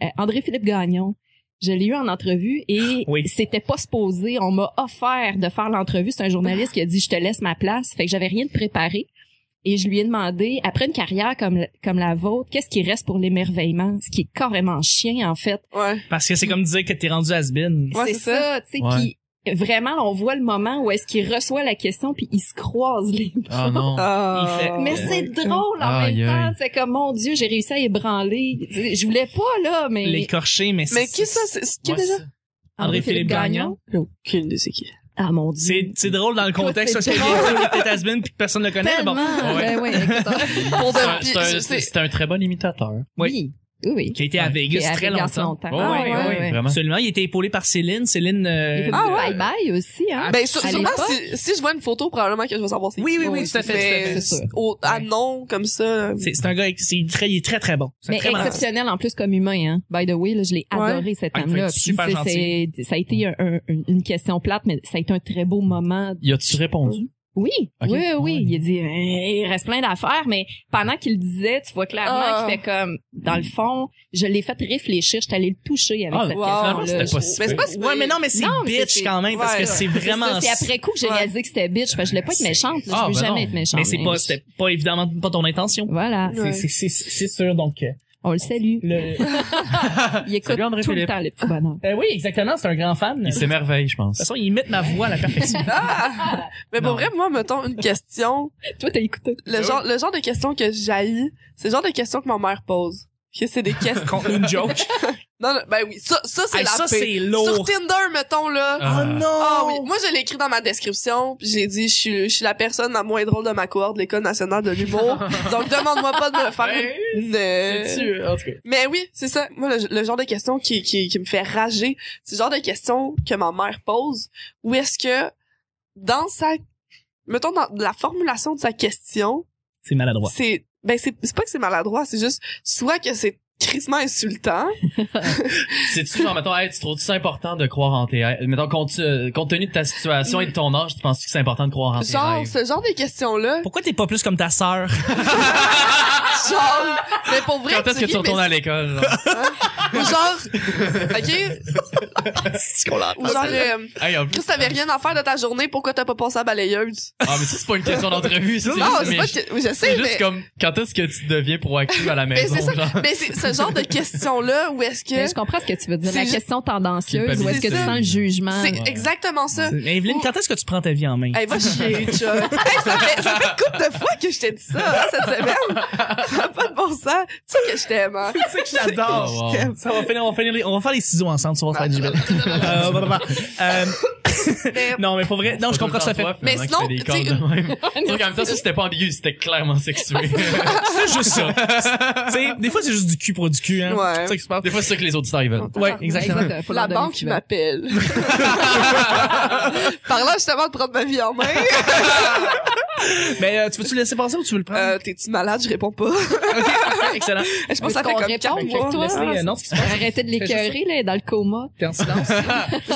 Speaker 4: Euh, André-Philippe Gagnon, je l'ai eu en entrevue et
Speaker 3: Ah, Oui.
Speaker 4: c'était pas supposé. On m'a offert de faire l'entrevue. C'est un journaliste qui a dit je te laisse ma place. Fait que j'avais rien de préparé. Et je lui ai demandé, après une carrière comme, comme la vôtre, qu'est-ce qui reste pour l'émerveillement? Ce qui est carrément chien, en fait.
Speaker 1: Ouais.
Speaker 3: parce que c'est comme dire que t'es rendu has-been.
Speaker 1: Ouais,
Speaker 4: c'est
Speaker 1: c'est ça.
Speaker 4: ça, tu sais.
Speaker 5: Ouais.
Speaker 4: Puis vraiment, on voit le moment où est-ce qu'il reçoit la question puis il se croise les
Speaker 5: Ah, non.
Speaker 1: Ah.
Speaker 3: Il fait-
Speaker 4: mais c'est drôle en
Speaker 5: Aïe,
Speaker 4: même
Speaker 5: aïe.
Speaker 4: temps. C'est comme, mon Dieu, j'ai réussi à ébranler. Tu sais, Je voulais pas, là, mais...
Speaker 3: L'écorché, mais,
Speaker 1: Mais
Speaker 3: c'est-
Speaker 1: qui ça? C'est c'est qui
Speaker 5: Ouais,
Speaker 1: déjà?
Speaker 5: c'est-
Speaker 3: André-Philippe Gagnon.
Speaker 1: J'ai aucune idée c'est qui.
Speaker 4: Ah, mon Dieu.
Speaker 3: C'est, c'est drôle dans le
Speaker 4: Écoute,
Speaker 3: contexte parce
Speaker 4: c'est
Speaker 3: qu'il y a des peut-être has-been puis que personne le connaît. mais
Speaker 4: Tellement.
Speaker 3: Bon.
Speaker 4: Ben ouais, écoute,
Speaker 1: Pour de-
Speaker 5: C'est un- c'est
Speaker 1: ben, puis-
Speaker 5: un-
Speaker 1: c'est-
Speaker 5: C'est un très bon imitateur.
Speaker 3: Oui.
Speaker 4: oui. Oui, oui.
Speaker 3: Qui a été à
Speaker 5: Ouais.
Speaker 3: Vegas
Speaker 4: Et à
Speaker 3: très
Speaker 4: Vegas
Speaker 3: longtemps.
Speaker 5: Oh,
Speaker 4: Ah,
Speaker 5: oui,
Speaker 4: ouais,
Speaker 5: oui,
Speaker 4: ouais.
Speaker 5: vraiment.
Speaker 3: Absolument. Il était épaulé par Céline. Céline,
Speaker 4: Il
Speaker 3: euh,
Speaker 4: fait
Speaker 1: Ah, ouais.
Speaker 4: Bye bye aussi, hein.
Speaker 1: Ben, sûr-
Speaker 4: À
Speaker 1: sûrement,
Speaker 4: l'époque-
Speaker 1: si, si je vois une photo, probablement que je vais savoir c'est
Speaker 3: Ah, Oui, oui, oui,
Speaker 1: qui.
Speaker 3: tout à fait,
Speaker 1: Mais
Speaker 3: tout à fait.
Speaker 4: C'est sûr.
Speaker 1: Au, à
Speaker 3: Ouais.
Speaker 1: nom, comme ça.
Speaker 3: c'est, c'est un gars, c'est très, il est très, très bon. C'est un
Speaker 4: Mais
Speaker 3: très bon artiste.
Speaker 4: exceptionnel en plus comme humain, hein. By the way, là, je l'ai
Speaker 1: Ouais.
Speaker 4: adoré cet
Speaker 3: Ah, il faut
Speaker 4: homme-là.
Speaker 3: être
Speaker 4: Puis
Speaker 3: super
Speaker 4: c'est-
Speaker 3: gentil.
Speaker 4: c'est- Ça a été un- un- une une question plate, mais ça a été un très beau moment
Speaker 5: Y a-tu répondu?
Speaker 4: Oui,
Speaker 5: Ok.
Speaker 4: oui,
Speaker 5: Ah
Speaker 4: oui.
Speaker 5: oui.
Speaker 4: Il a dit, euh, il reste plein d'affaires, mais pendant qu'il le disait, tu vois clairement
Speaker 1: Ah.
Speaker 4: qu'il fait comme, dans le fond, je l'ai fait réfléchir, je suis allée le toucher avec
Speaker 5: Ah,
Speaker 4: cette
Speaker 5: wow.
Speaker 4: question-là.
Speaker 5: c'était pas
Speaker 1: Mais
Speaker 5: si
Speaker 1: c'est
Speaker 5: pire.
Speaker 1: pas si
Speaker 3: Ouais, mais non, mais c'est
Speaker 4: Non, mais c'est-
Speaker 3: bitch
Speaker 4: c'est-
Speaker 3: quand même parce
Speaker 1: ouais,
Speaker 3: que
Speaker 1: ouais.
Speaker 3: c'est
Speaker 4: C'est ça,
Speaker 3: vraiment.
Speaker 4: C'est après coup que j'ai
Speaker 1: Ouais.
Speaker 4: réalisé que c'était bitch, parce que je voulais pas être
Speaker 3: C'est-
Speaker 4: méchante, là.
Speaker 5: Ah,
Speaker 4: je veux
Speaker 5: ben
Speaker 4: jamais
Speaker 5: non.
Speaker 4: être méchante.
Speaker 3: Mais c'est
Speaker 4: mais-
Speaker 3: pas, c'était pas évidemment pas ton intention.
Speaker 4: Voilà,
Speaker 1: Ouais.
Speaker 3: C'est, c'est, c'est, c'est sûr, donc. euh,
Speaker 4: on le salue.
Speaker 3: Le...
Speaker 4: Il
Speaker 5: Ah,
Speaker 4: écoute
Speaker 5: Salut, André
Speaker 4: tout le
Speaker 5: Philippe.
Speaker 4: temps, le petit bonhomme.
Speaker 3: Euh, oui, exactement, c'est un grand fan. De
Speaker 5: Il
Speaker 3: toute
Speaker 5: s'émerveille, je pense.
Speaker 3: façon, il imite ma voix à la perfection.
Speaker 1: Ah! Mais
Speaker 3: Non. Ben
Speaker 1: pour vrai, moi, mettons une question.
Speaker 4: Toi, t'as écouté.
Speaker 1: Le genre, le genre de question que j'haïs, c'est le genre de question que ma mère pose. Que c'est des questions.
Speaker 3: Contre une joke.
Speaker 1: non, non, ben oui, ça, ça, c'est
Speaker 3: Hey,
Speaker 1: la
Speaker 3: ça,
Speaker 1: paix.
Speaker 3: c'est
Speaker 1: Sur
Speaker 3: lourd.
Speaker 1: Tinder, mettons, là.
Speaker 5: Ah.
Speaker 1: Ah oui, moi je l'ai écrit dans ma description, puis j'ai dit je suis, je suis la personne la moins drôle de ma cohorte de l'école nationale de l'humour. donc demande-moi pas de me
Speaker 3: Ben
Speaker 1: faire une-
Speaker 3: Euh,
Speaker 1: une-
Speaker 5: C'est-tu, en tout cas.
Speaker 1: Mais oui, c'est ça. Moi le, le genre de question qui, qui qui me fait rager, c'est le genre de question que ma mère pose où est-ce que dans sa mettons dans la formulation de sa question,
Speaker 3: C'est maladroit.
Speaker 1: c'est ben c'est c'est pas que c'est maladroit, c'est juste soit que c'est crissement insultant.
Speaker 5: C'est-tu, genre, mettons, hey, tu trouves-tu ça important de croire en tes rêves? Mettons, compte, euh, compte tenu de ta situation et de ton âge, tu penses que c'est important de croire en tes
Speaker 1: Genre
Speaker 5: rêves?
Speaker 1: ce genre de questions là.
Speaker 3: Pourquoi t'es pas plus comme ta sœur?
Speaker 1: genre, mais pour vrai,
Speaker 5: Ah! Quand est-ce que
Speaker 1: ris,
Speaker 5: tu retournes
Speaker 1: mais-
Speaker 5: à l'école? genre?
Speaker 1: Ou genre, ok?
Speaker 3: C'est qu'on l'entend.
Speaker 1: Ou genre, euh,
Speaker 5: Hey, en plus-
Speaker 1: Chris, t'avais rien à faire de ta journée, pourquoi t'as pas passé à balayeuse?
Speaker 5: Ah, mais ça, c'est pas une question d'entrevue. ça, c'est
Speaker 1: Non,
Speaker 5: juste,
Speaker 1: c'est
Speaker 5: mais
Speaker 1: pas
Speaker 5: je-
Speaker 1: que, oui, je
Speaker 5: c'est
Speaker 1: sais,
Speaker 5: juste
Speaker 1: mais,
Speaker 5: comme quand est-ce que tu deviens proactive à la
Speaker 1: Mais
Speaker 5: maison?
Speaker 1: c'est ça.
Speaker 5: genre?
Speaker 1: mais c'est ce genre de question-là où est-ce que,
Speaker 4: Mais Ben, je comprends ce que tu veux dire.
Speaker 1: C'est
Speaker 4: La
Speaker 1: juste-
Speaker 4: question tendancieuse, où est-ce que tu
Speaker 1: C'est ça.
Speaker 4: sens le jugement?
Speaker 1: c'est
Speaker 5: Ouais.
Speaker 1: exactement ça.
Speaker 3: Mais Evelyne, quand est-ce que tu prends ta vie en main?
Speaker 1: Hey, va chier, Chuck. hey, ça fait, ça fait une couple de fois que je t'ai dit ça, hein, cette semaine. Ça n'a pas de bon sens. Tu sais que je t'aime, hein.
Speaker 3: Tu sais que j'adore.
Speaker 5: Oh, wow.
Speaker 1: Je t'aime.
Speaker 3: Ça va finir, on va finir les- on va faire les ciseaux ensemble, tu vas faire du bel. Euh, bah, bah, bah. Euh,
Speaker 1: Mais,
Speaker 3: non, mais pour vrai, non, je comprends tout à fait.
Speaker 5: Toi,
Speaker 1: Mais
Speaker 5: finalement,
Speaker 1: sinon,
Speaker 5: que
Speaker 1: tu sais,
Speaker 5: t'as des cordes de même. Donc, en même temps, ça, c'était pas ambigu, c'était clairement sexué.
Speaker 3: C'est juste ça. Tu sais, des fois, c'est juste du cul pour du cul, hein.
Speaker 1: Ouais.
Speaker 3: C'est ça qui se passe.
Speaker 5: Des fois, c'est ça que les auditeurs, ils veulent.
Speaker 3: Ouais, Ah, exactement.
Speaker 4: Exact, Ben, faut
Speaker 1: la
Speaker 4: leur donner
Speaker 1: banque
Speaker 4: ce qu'ils veulent.
Speaker 1: m'appelle. Parlant justement de prendre ma vie en main,
Speaker 3: Mais euh, tu veux-tu le laisser passer ou tu veux le prendre?
Speaker 1: euh, t'es-tu malade? Je réponds pas.
Speaker 3: Ok, excellent.
Speaker 1: Je pense que ça fait
Speaker 4: Est-ce qu'on
Speaker 1: comme
Speaker 4: répond
Speaker 1: quatre
Speaker 4: avec
Speaker 1: mois.
Speaker 4: toi?
Speaker 1: là.
Speaker 3: Laissez, euh, non, ce qui se passe.
Speaker 4: Arrêtez de l'écœurer, là, dans le coma.
Speaker 3: T'es en silence.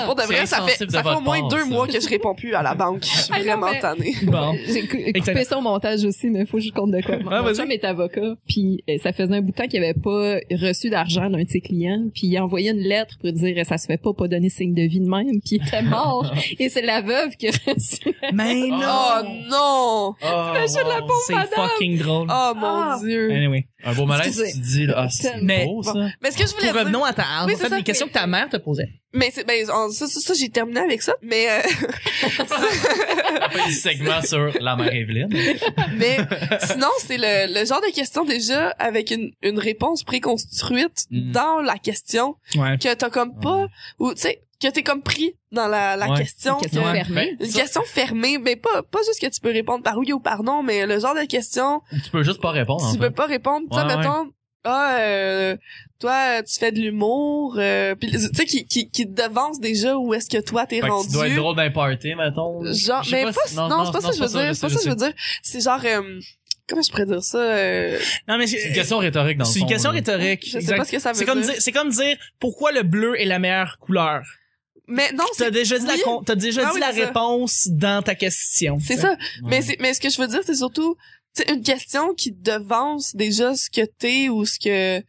Speaker 1: Pour de vrai,
Speaker 5: C'est
Speaker 1: ça fait,
Speaker 5: insensible
Speaker 1: ça
Speaker 5: de
Speaker 1: fait au
Speaker 5: votre
Speaker 1: moins
Speaker 5: part,
Speaker 1: deux
Speaker 5: ça.
Speaker 1: mois que je réponds plus à la banque. Je suis
Speaker 4: Ah non,
Speaker 1: vraiment
Speaker 4: mais-
Speaker 1: tannée.
Speaker 3: Bon.
Speaker 4: J'ai cou- coupé
Speaker 3: Excellent.
Speaker 4: ça au montage aussi, mais faut que je vous compte de quoi. Mon
Speaker 3: Ah, vas-y.
Speaker 4: mon chum est avocat, puis euh, ça faisait un bout de temps qu'il avait pas reçu d'argent d'un de ses clients, puis il a envoyé une lettre pour dire « ça se fait pas, pas donner signe de vie de même », puis il était mort. Et c'est la veuve qui a reçu.
Speaker 3: Mais
Speaker 5: Oh,
Speaker 3: non!
Speaker 1: Oh non!
Speaker 5: Oh,
Speaker 4: Imagine la
Speaker 5: wow.
Speaker 3: C'est
Speaker 4: madame.
Speaker 3: fucking drôle.
Speaker 1: Oh mon
Speaker 4: Ah.
Speaker 1: dieu!
Speaker 3: Anyway.
Speaker 5: Un beau malaise,
Speaker 4: Excusez.
Speaker 5: tu te dis, là, ah, c'est
Speaker 3: Mais-
Speaker 5: beau, ça.
Speaker 1: Mais ce que je voulais
Speaker 3: Pour
Speaker 1: dire...
Speaker 3: revenons à ta,
Speaker 1: Oui,
Speaker 3: en
Speaker 1: c'est
Speaker 3: fait,
Speaker 1: ça,
Speaker 3: les questions
Speaker 1: mais-
Speaker 3: que ta mère te posait.
Speaker 1: Mais c'est, ben, on- ça, ça, ça, j'ai terminé avec ça. Mais, euh,
Speaker 5: Petit segment sur la mère Evelyne.
Speaker 1: mais sinon, c'est le, le genre de question déjà avec une, une réponse préconstruite
Speaker 5: Mm.
Speaker 1: dans la question
Speaker 3: Ouais.
Speaker 1: que t'as comme pas, ou tu sais, que t'es comme pris dans la, la
Speaker 5: Ouais.
Speaker 1: question.
Speaker 4: Une question
Speaker 1: que-
Speaker 4: fermée.
Speaker 5: Ben,
Speaker 1: Une
Speaker 5: ça,
Speaker 1: question fermée, mais pas, pas juste que tu peux répondre par oui ou par non, mais le genre de question,
Speaker 5: Tu peux juste pas répondre, en
Speaker 1: tu
Speaker 5: fait.
Speaker 1: peux pas répondre. Tu sais,
Speaker 5: Ouais, ouais.
Speaker 1: mettons, ah, euh, toi, tu fais de l'humour, euh, puis tu sais, qui, qui, qui te devance déjà où est-ce que toi t'es
Speaker 5: Fait que
Speaker 1: rendu.
Speaker 5: tu dois être drôle d'un party, mettons.
Speaker 1: Genre,
Speaker 5: Je sais
Speaker 1: mais pas,
Speaker 5: si-
Speaker 1: non, c'est pas ça que je veux dire, c'est pas ça que je veux dire. C'est genre, euh, comment je pourrais dire ça? euh,
Speaker 3: Non, mais
Speaker 5: C'est
Speaker 3: c'est
Speaker 5: une question rhétorique, dans le
Speaker 3: c'est une
Speaker 5: fond,
Speaker 3: question
Speaker 5: là.
Speaker 3: rhétorique.
Speaker 1: je sais
Speaker 3: Exact.
Speaker 1: pas ce que ça veut
Speaker 3: C'est comme
Speaker 1: dire.
Speaker 3: dire, c'est comme dire pourquoi le bleu est la meilleure couleur.
Speaker 1: Mais non,
Speaker 3: T'as
Speaker 1: c'est,
Speaker 3: déjà dit la
Speaker 1: oui.
Speaker 3: con- t'as déjà
Speaker 1: Ah
Speaker 3: dit
Speaker 1: oui,
Speaker 3: la
Speaker 1: c'est ça.
Speaker 3: réponse dans ta question.
Speaker 1: c'est
Speaker 3: tu
Speaker 1: ça.
Speaker 5: Ouais.
Speaker 1: Mais c'est, mais ce que je veux dire, c'est surtout, tu sais, une question qui devance déjà ce que t'es ou ce que,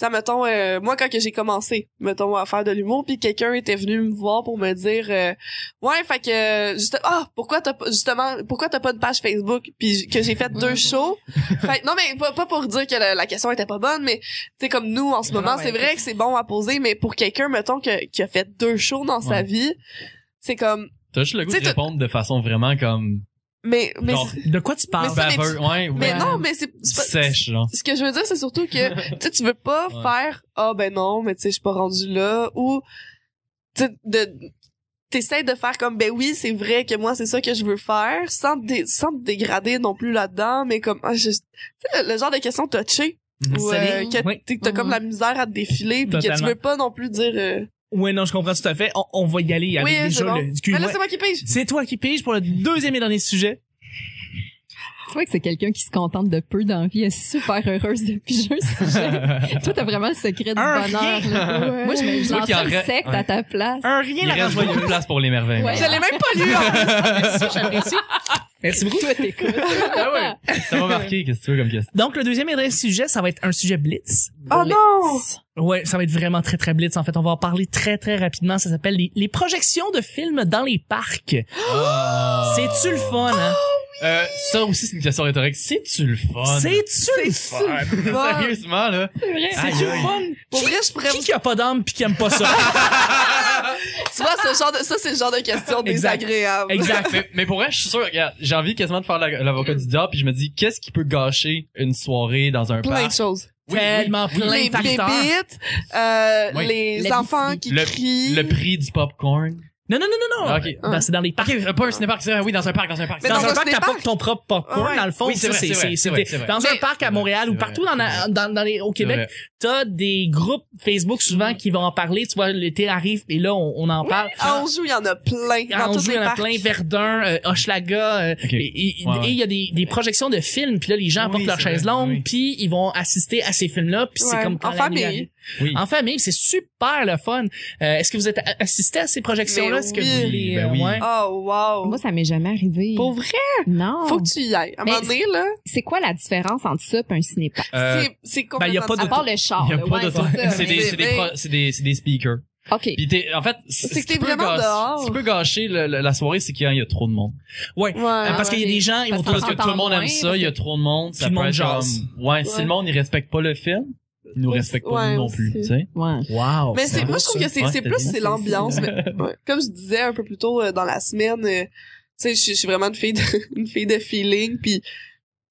Speaker 1: ça mettons, euh, moi quand que j'ai commencé, mettons à faire de l'humour, puis quelqu'un était venu me voir pour me dire, euh, ouais, fait que, juste, ah, pourquoi t'as pas, justement, pourquoi t'as pas de page Facebook, puis j- que j'ai fait deux shows. Fait, que- non mais pas, pas pour dire que la, la question était pas bonne, mais tu sais comme nous en ce
Speaker 4: Non,
Speaker 1: moment,
Speaker 4: ouais.
Speaker 1: c'est vrai que c'est bon à poser, mais pour quelqu'un, mettons que, qui a fait deux shows dans sa
Speaker 5: Ouais.
Speaker 1: vie, c'est comme,
Speaker 5: T'as juste le goût
Speaker 1: Tu sais,
Speaker 5: de
Speaker 1: t'as-
Speaker 5: répondre de façon vraiment comme.
Speaker 1: mais, mais,
Speaker 5: Genre,
Speaker 1: c'est-
Speaker 3: sais. De quoi tu parles?
Speaker 1: ça, mais
Speaker 5: baveux, ouais,
Speaker 1: mais
Speaker 5: ouais.
Speaker 1: non, mais c'est, c'est pas-
Speaker 5: Sèche, genre.
Speaker 1: ce que je veux dire, c'est surtout que tu sais, tu veux pas
Speaker 5: Ouais.
Speaker 1: faire ah ben non, mais tu sais, je suis pas rendu là ou tu sais, de t'essayes de faire comme ben oui, c'est vrai que moi c'est ça que je veux faire sans te, dé- sans te dégrader non plus là-dedans, mais comme ah, je- tu sais, le, le genre de question touchée
Speaker 5: Mhm.
Speaker 1: ou euh,
Speaker 4: Solide.
Speaker 1: que
Speaker 3: Oui.
Speaker 1: t'es- que t'as comme la misère à te défiler puis que tu
Speaker 3: Totalement.
Speaker 1: veux pas non plus dire euh,
Speaker 3: Ouais, non, je comprends tout à fait. On, on va y aller avec
Speaker 1: oui, hein,
Speaker 3: déjà
Speaker 1: c'est bon.
Speaker 3: le
Speaker 1: Mais
Speaker 3: excuse-moi.
Speaker 1: là c'est moi qui pige.
Speaker 3: C'est toi qui pige pour le deuxième et dernier sujet.
Speaker 4: Tu vois que c'est quelqu'un qui se contente de peu d'envie, est super heureuse de piger un sujet. Toi, t'as vraiment le secret du
Speaker 3: Un
Speaker 4: bonheur.
Speaker 3: rien.
Speaker 4: là. Moi, je me
Speaker 5: Tu
Speaker 4: je
Speaker 5: vois qu'il en
Speaker 4: lancerais
Speaker 5: re-
Speaker 4: une secte
Speaker 5: ouais.
Speaker 4: à ta place.
Speaker 3: Un rien
Speaker 5: Il
Speaker 3: la
Speaker 5: reste
Speaker 3: renvoyer.
Speaker 5: beaucoup de place pour les merveilles.
Speaker 4: Ouais.
Speaker 1: Je l'ai même pas lu. en plus.
Speaker 3: Merci beaucoup.
Speaker 4: Toi, t'écoutes.
Speaker 5: Ah Ça m'a marqué, qu'est-ce que tu veux comme question?
Speaker 3: Donc, le deuxième et dernier sujet, ça va être un sujet blitz.
Speaker 1: Oh non.
Speaker 3: Ouais, ça va être vraiment très, très blitz. En fait, on va en parler très, très rapidement. Ça s'appelle les, les projections de films dans les parcs.
Speaker 5: Ah.
Speaker 3: C'est-tu le fun, hein?
Speaker 5: Euh, ça aussi, c'est une question rhétorique. C'est-tu le fun?
Speaker 3: C'est-tu le fun?
Speaker 5: Sérieusement, là.
Speaker 4: C'est vrai.
Speaker 3: C'est-tu le
Speaker 5: Aïe, aïe.
Speaker 3: fun?
Speaker 1: Pour vrai, je pourrais
Speaker 3: Qui qui a pas d'âme pis qui aime pas ça?
Speaker 1: tu vois ce genre de ça c'est le genre de question
Speaker 3: Exact.
Speaker 1: désagréable.
Speaker 3: exact.
Speaker 5: mais, mais pour vrai, je suis sûr, regarde, j'ai envie quasiment de faire la- l'avocat du diable, puis je me dis, qu'est-ce qui peut gâcher une soirée dans un
Speaker 1: Plein de
Speaker 3: Bah.
Speaker 5: parc?
Speaker 1: choses.
Speaker 5: Oui, oui.
Speaker 3: Tellement plein
Speaker 1: les
Speaker 3: de facteurs.
Speaker 1: bébites, euh,
Speaker 5: Oui.
Speaker 1: les
Speaker 4: La
Speaker 1: enfants
Speaker 4: bisbille.
Speaker 1: qui
Speaker 5: Le,
Speaker 1: crient.
Speaker 5: le prix du popcorn.
Speaker 3: Non, non, non, non, non.
Speaker 5: Ah,
Speaker 1: ben,
Speaker 5: ok.
Speaker 3: Non, c'est dans les parcs.
Speaker 5: Ok, euh, pas un cinépark, c'est vrai, oui, dans un parc, dans un parc.
Speaker 1: Mais
Speaker 3: dans,
Speaker 1: dans
Speaker 3: un
Speaker 1: un
Speaker 3: parc, t'apportes
Speaker 1: cinéparc.
Speaker 3: ton propre popcorn,
Speaker 1: Ouais.
Speaker 3: dans le fond.
Speaker 5: Oui, c'est
Speaker 3: ça,
Speaker 5: vrai, c'est vrai, c'est vrai, c'est vrai.
Speaker 3: Dans un
Speaker 1: Mais-
Speaker 3: parc à
Speaker 5: C'est
Speaker 3: Montréal
Speaker 5: vrai,
Speaker 3: ou
Speaker 5: c'est
Speaker 3: partout
Speaker 5: vrai,
Speaker 3: dans, la-
Speaker 5: c'est
Speaker 3: dans, dans les, au Québec, t'as des groupes Facebook souvent qui vont en parler. Tu vois, l'été arrive, et là, on, on en parle.
Speaker 5: ah,
Speaker 1: À Anjou, Ah, il y en a plein.
Speaker 3: À
Speaker 1: dans tous
Speaker 3: Anjou,
Speaker 1: les
Speaker 3: il y en a
Speaker 1: parcs.
Speaker 3: plein, Verdun, euh, Hochelaga, euh,
Speaker 5: Ok.
Speaker 3: et- et et il
Speaker 5: Ouais, ouais.
Speaker 3: y a des, des projections de films, puis là les gens
Speaker 5: Oui,
Speaker 3: apportent leur
Speaker 5: c'est
Speaker 3: chaise
Speaker 5: vrai,
Speaker 3: longue,
Speaker 5: oui.
Speaker 3: puis ils vont assister à ces films-là, puis c'est
Speaker 1: Ouais,
Speaker 3: comme quand
Speaker 1: en
Speaker 3: la nuit
Speaker 1: famille.
Speaker 3: arrive.
Speaker 5: Oui.
Speaker 3: en famille. C'est super le fun. Euh, Est-ce que vous êtes a- assisté à ces projections-là?
Speaker 1: Mais
Speaker 3: Est-ce que
Speaker 1: oui.
Speaker 3: vous les...
Speaker 5: Ben oui.
Speaker 3: ouais.
Speaker 1: Oh, wow.
Speaker 4: Moi, ça m'est jamais arrivé.
Speaker 1: Pour vrai,
Speaker 4: Non.
Speaker 1: faut que tu y ailles. À un
Speaker 4: Mais
Speaker 1: moment donné, là,
Speaker 4: C'est quoi la différence entre ça et un cinépa?
Speaker 5: Euh,
Speaker 1: c'est- c'est
Speaker 3: ben, y a
Speaker 1: complètement...
Speaker 3: pas
Speaker 4: À
Speaker 3: de-
Speaker 4: part le
Speaker 1: Ah,
Speaker 4: char.
Speaker 5: y a
Speaker 4: là,
Speaker 5: pas
Speaker 4: ouais,
Speaker 5: de-
Speaker 4: c'est ça,
Speaker 5: c'est
Speaker 4: mais-
Speaker 5: des, c'est des, pro- c'est des, c'est des speakers.
Speaker 4: OK.
Speaker 5: Puis t'es, en fait, c'est
Speaker 1: que t'es vraiment dehors.
Speaker 5: Ce qui peut gâcher le- le- la soirée, c'est qu'il y a- il y a trop de monde.
Speaker 1: Ouais.
Speaker 3: Euh, parce qu'il y a
Speaker 4: ouais.
Speaker 3: des gens, ils
Speaker 4: Parce
Speaker 3: vont
Speaker 1: Ah,
Speaker 4: qu'on
Speaker 3: trouver
Speaker 5: Parce que
Speaker 4: s'entend
Speaker 5: tout le monde
Speaker 4: moins,
Speaker 5: aime ça, il y a trop de monde, ça
Speaker 3: Puis le
Speaker 5: peut
Speaker 3: monde
Speaker 5: être
Speaker 3: jase.
Speaker 5: comme- ouais, si
Speaker 1: Ouais.
Speaker 5: le monde il respecte pas le film, il nous
Speaker 1: Ouais,
Speaker 5: respecte pas
Speaker 1: ouais,
Speaker 5: nous non
Speaker 1: aussi.
Speaker 5: plus, tu sais.
Speaker 4: Ouais.
Speaker 3: Wow.
Speaker 1: Mais Ben, c'est,
Speaker 5: beau,
Speaker 1: moi, je trouve
Speaker 5: ça.
Speaker 1: que c'est,
Speaker 5: Ouais,
Speaker 1: c'est
Speaker 5: t'as
Speaker 1: plus,
Speaker 5: bien
Speaker 1: c'est
Speaker 5: fait,
Speaker 1: l'ambiance. mais- ouais. Comme je disais un peu plus tôt euh, dans la semaine, euh, tu sais, je suis- je suis vraiment une fille de, une fille de feeling, puis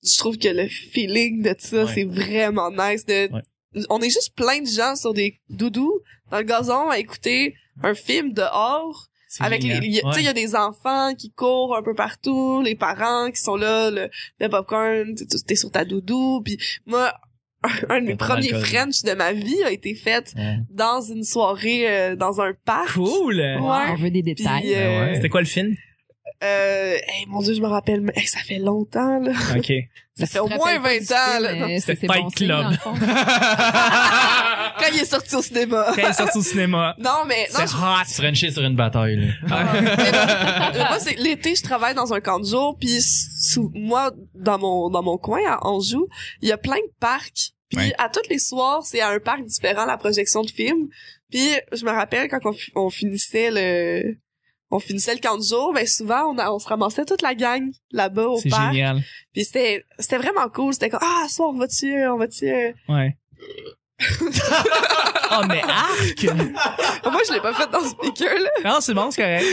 Speaker 1: je trouve que le feeling de ça,
Speaker 5: Ouais.
Speaker 1: c'est vraiment nice. De,
Speaker 5: Ouais.
Speaker 1: On est juste plein de gens sur des doudous dans le gazon à écouter un film dehors. Avec les, il y a- tu sais, il y a des enfants qui courent un peu partout, les parents qui sont là, le, le popcorn, t'es- t'es sur ta doudou, puis moi, un, de mes
Speaker 5: T'as ton
Speaker 1: premiers
Speaker 5: alcool.
Speaker 1: French de ma vie a été fait
Speaker 5: Ouais.
Speaker 1: dans une soirée, euh, dans un parc.
Speaker 3: Cool. Ben
Speaker 1: Ouais.
Speaker 4: On veut des
Speaker 1: Puis,
Speaker 4: détails.
Speaker 1: euh,
Speaker 5: ouais.
Speaker 3: C'était quoi le film?
Speaker 1: euh, hey, mon dieu, je me rappelle, mais- hey, ça fait longtemps, là.
Speaker 3: OK.
Speaker 1: Ça
Speaker 4: Tu
Speaker 1: fait
Speaker 4: te
Speaker 1: au moins
Speaker 4: rappelles
Speaker 1: 20
Speaker 4: pas du
Speaker 1: ans,
Speaker 4: film,
Speaker 1: là.
Speaker 4: mais c'est-
Speaker 3: C'était
Speaker 4: c'est
Speaker 3: Fight
Speaker 4: bon signe,
Speaker 3: Club.
Speaker 4: dans le fond.
Speaker 1: Quand il est sorti au cinéma.
Speaker 3: Quand il est sorti au cinéma.
Speaker 1: Non, mais, non,
Speaker 3: C'est
Speaker 5: Se
Speaker 3: hot.
Speaker 5: Frencher sur une bataille, là.
Speaker 1: Ouais. Mais bon, moi, c'est l'été, je travaille dans un camp de jour, puis sous, moi, dans mon dans mon coin à Anjou, il y a plein de parcs. Puis
Speaker 2: Ouais.
Speaker 1: à tous les soirs, c'est à un parc différent la projection de films. Puis je me rappelle quand on, fi- on finissait le on finissait le camp de jour, mais souvent on, a- on se ramassait toute la gang là-bas au
Speaker 5: C'est
Speaker 1: parc.
Speaker 5: génial.
Speaker 1: Puis c'était c'était vraiment cool, c'était comme ah, soir on va tuer, on euh va tuer.
Speaker 3: Ouais. oh, mais arc!
Speaker 1: moi, je l'ai pas fait dans ce speaker là,
Speaker 3: Non, c'est bon, c'est correct.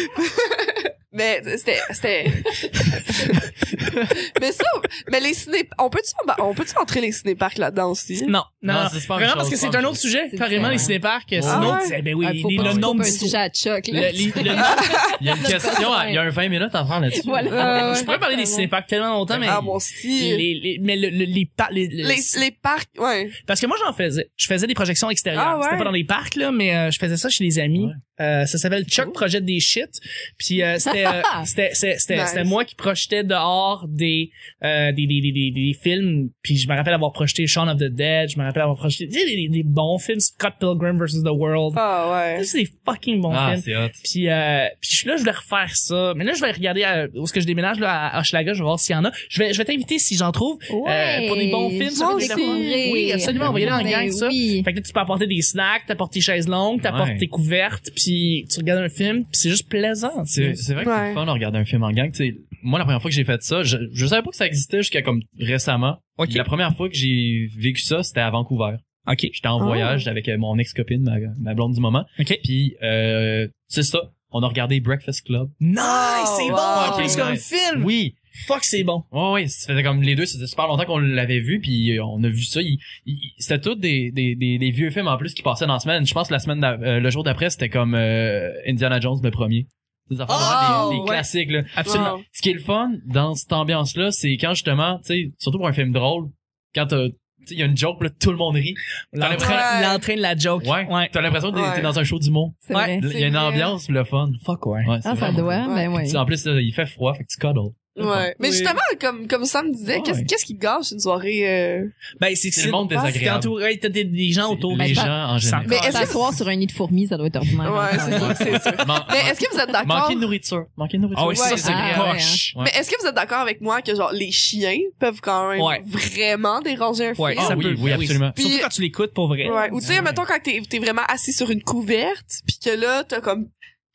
Speaker 1: mais euh, c'était c'était Mais ça, mais les ciné, on peut-tu, on peut-tu entrer les cinéparcs là-dedans aussi?
Speaker 3: Non, non, non.
Speaker 5: c'est pas
Speaker 3: Vraiment
Speaker 5: une
Speaker 3: parce que
Speaker 5: chose,
Speaker 3: c'est
Speaker 5: pas
Speaker 3: un
Speaker 5: une
Speaker 3: autre
Speaker 5: chose.
Speaker 3: sujet,
Speaker 4: C'est
Speaker 3: carrément,
Speaker 4: différent.
Speaker 3: les cinéparques.
Speaker 5: Ah
Speaker 3: Sinon,
Speaker 1: ouais?
Speaker 3: tu sais, ben oui,
Speaker 4: Ah, faut
Speaker 3: les-
Speaker 4: pas
Speaker 3: le
Speaker 4: que tu
Speaker 3: nombre
Speaker 4: coupes un
Speaker 3: d'histoires.
Speaker 4: sujet à Chuck,
Speaker 3: Le,
Speaker 4: là.
Speaker 3: les- le-
Speaker 5: Il y a une question, à- il y a un 20 minutes à faire là-dessus.
Speaker 4: Voilà.
Speaker 3: Ah, je pourrais parler des cinéparcs tellement longtemps, mais...
Speaker 1: Ah, mon style. Les,
Speaker 3: les, les- mais le- le- les, par- les- les-
Speaker 1: les, parcs, ouais.
Speaker 3: parce que moi j'en faisais je faisais des projections extérieures
Speaker 1: Ah ouais?
Speaker 3: c'était pas dans les parcs là mais euh, je faisais ça chez les amis Euh, ça s'appelle Chuck projette des shit puis euh, c'était euh, c'était c'était c'était
Speaker 1: Nice.
Speaker 3: c'était moi qui projetais dehors des, euh, des, des, des des des films puis je me rappelle avoir projeté Shaun of the Dead je me rappelle avoir projeté tu sais, des, des, des bons films Scott Pilgrim vs the World
Speaker 1: Ah, ouais.
Speaker 3: c'est des fucking bons
Speaker 5: Ah,
Speaker 3: films
Speaker 5: c'est hot.
Speaker 3: puis, euh, puis je suis là, je voulais refaire ça. Mais là, je vais regarder à- où est-ce que je déménage là, à Hochelaga, je vais voir s'il y en a. Je vais, je vais t'inviter si j'en trouve. Euh, pour des bons films, ça
Speaker 4: moi
Speaker 1: fait des
Speaker 4: aussi.
Speaker 3: affaires. Oui, absolument, envoyez-les
Speaker 4: Ben
Speaker 3: en gang, ça. Fait que là, tu peux apporter des snacks, t'apportes tes chaises longues, t'apportes
Speaker 5: Ouais.
Speaker 3: tes couvertes, puis tu regardes un film, puis c'est juste plaisant.
Speaker 5: C'est c'est vrai que
Speaker 1: Ouais.
Speaker 5: c'est fun de regarder un film en gang. Tu sais, moi, la première fois que j'ai fait ça, je, je savais pas que ça existait jusqu'à comme récemment.
Speaker 3: Ok.
Speaker 5: La première fois que j'ai vécu ça, c'était à Vancouver.
Speaker 3: Ok.
Speaker 5: J'étais en
Speaker 1: Oh.
Speaker 5: voyage avec euh, mon ex-copine, ma, ma blonde du moment.
Speaker 3: Ok.
Speaker 5: Puis, euh, c'est ça. On a regardé Breakfast Club.
Speaker 3: Nice,
Speaker 1: Oh,
Speaker 3: c'est
Speaker 1: wow.
Speaker 3: bon,
Speaker 5: Ok,
Speaker 3: plus comme
Speaker 5: nice.
Speaker 3: film.
Speaker 5: Oui.
Speaker 3: Fuck, c'est bon.
Speaker 5: Ouais, ouais. Ça faisait comme les deux, c'était super longtemps qu'on l'avait vu, puis euh, on a vu ça. Il- il- c'était tous des, des, des, des vieux films en plus qui passaient dans la semaine. Je pense que la semaine, d'a- euh, le jour d'après, c'était comme euh, Indiana Jones le premier. Des affaires vraiment des, des
Speaker 1: ouais.
Speaker 5: classiques là.
Speaker 1: Absolument. Wow.
Speaker 5: Ce qui est le fun dans cette ambiance là, c'est quand justement, tu sais, surtout pour un film drôle, quand t'as tu sais, il y a une joke, là, tout le monde rit. T'as
Speaker 3: Ah, L'entrain
Speaker 1: Ouais.
Speaker 3: l'entrain de la joke.
Speaker 5: Ouais. T'as l'impression d'être
Speaker 1: Ouais.
Speaker 5: t'es dans un show d'humour.
Speaker 4: C'est
Speaker 3: Ouais.
Speaker 4: vrai.
Speaker 5: Il y a une
Speaker 1: vrai.
Speaker 5: ambiance, le fun.
Speaker 3: Fuck, ouais.
Speaker 5: Ouais, c'est
Speaker 4: Ah, ça
Speaker 5: vraiment-
Speaker 4: doit, ben ouais.
Speaker 5: Tu- En plus, là, il fait froid, fait que tu cuddles.
Speaker 1: Ouais. Mais
Speaker 3: Oui.
Speaker 1: justement, comme, comme Sam disait,
Speaker 5: Ouais.
Speaker 1: qu'est-ce, qu'est-ce qui gâche une soirée, euh...
Speaker 3: Ben, c'est que
Speaker 5: C'est le monde
Speaker 3: parce que t'es
Speaker 5: désagréable.
Speaker 3: entouré, t'as des, des gens autour.
Speaker 5: Les
Speaker 3: Ben,
Speaker 5: gens en général.
Speaker 1: Mais est-ce que-
Speaker 4: S'asseoir sur un nid de fourmis, ça doit être
Speaker 3: Ah,
Speaker 4: ordinaire.
Speaker 1: Ouais, c'est ça, c'est ça.
Speaker 5: Man-
Speaker 1: Mais est-ce que vous êtes d'accord?
Speaker 5: Manquer de nourriture. Manquer de
Speaker 3: Ah
Speaker 5: nourriture.
Speaker 3: ouais, ça,
Speaker 1: Ouais,
Speaker 3: c'est
Speaker 4: ah, ouais,
Speaker 3: poche.
Speaker 1: Mais est-ce que vous êtes d'accord avec moi que, genre, les chiens peuvent quand même
Speaker 3: Ouais.
Speaker 1: vraiment déranger un film?
Speaker 3: Ouais,
Speaker 5: Ah
Speaker 3: ça
Speaker 5: oui,
Speaker 3: peut.
Speaker 5: oui, absolument.
Speaker 1: Puis-
Speaker 3: Surtout quand tu l'écoutes, pour vrai.
Speaker 1: Ouais. Ou tu sais,
Speaker 5: Ouais.
Speaker 1: mettons quand t'es, t'es vraiment assis sur une couverte, puis que là, t'as comme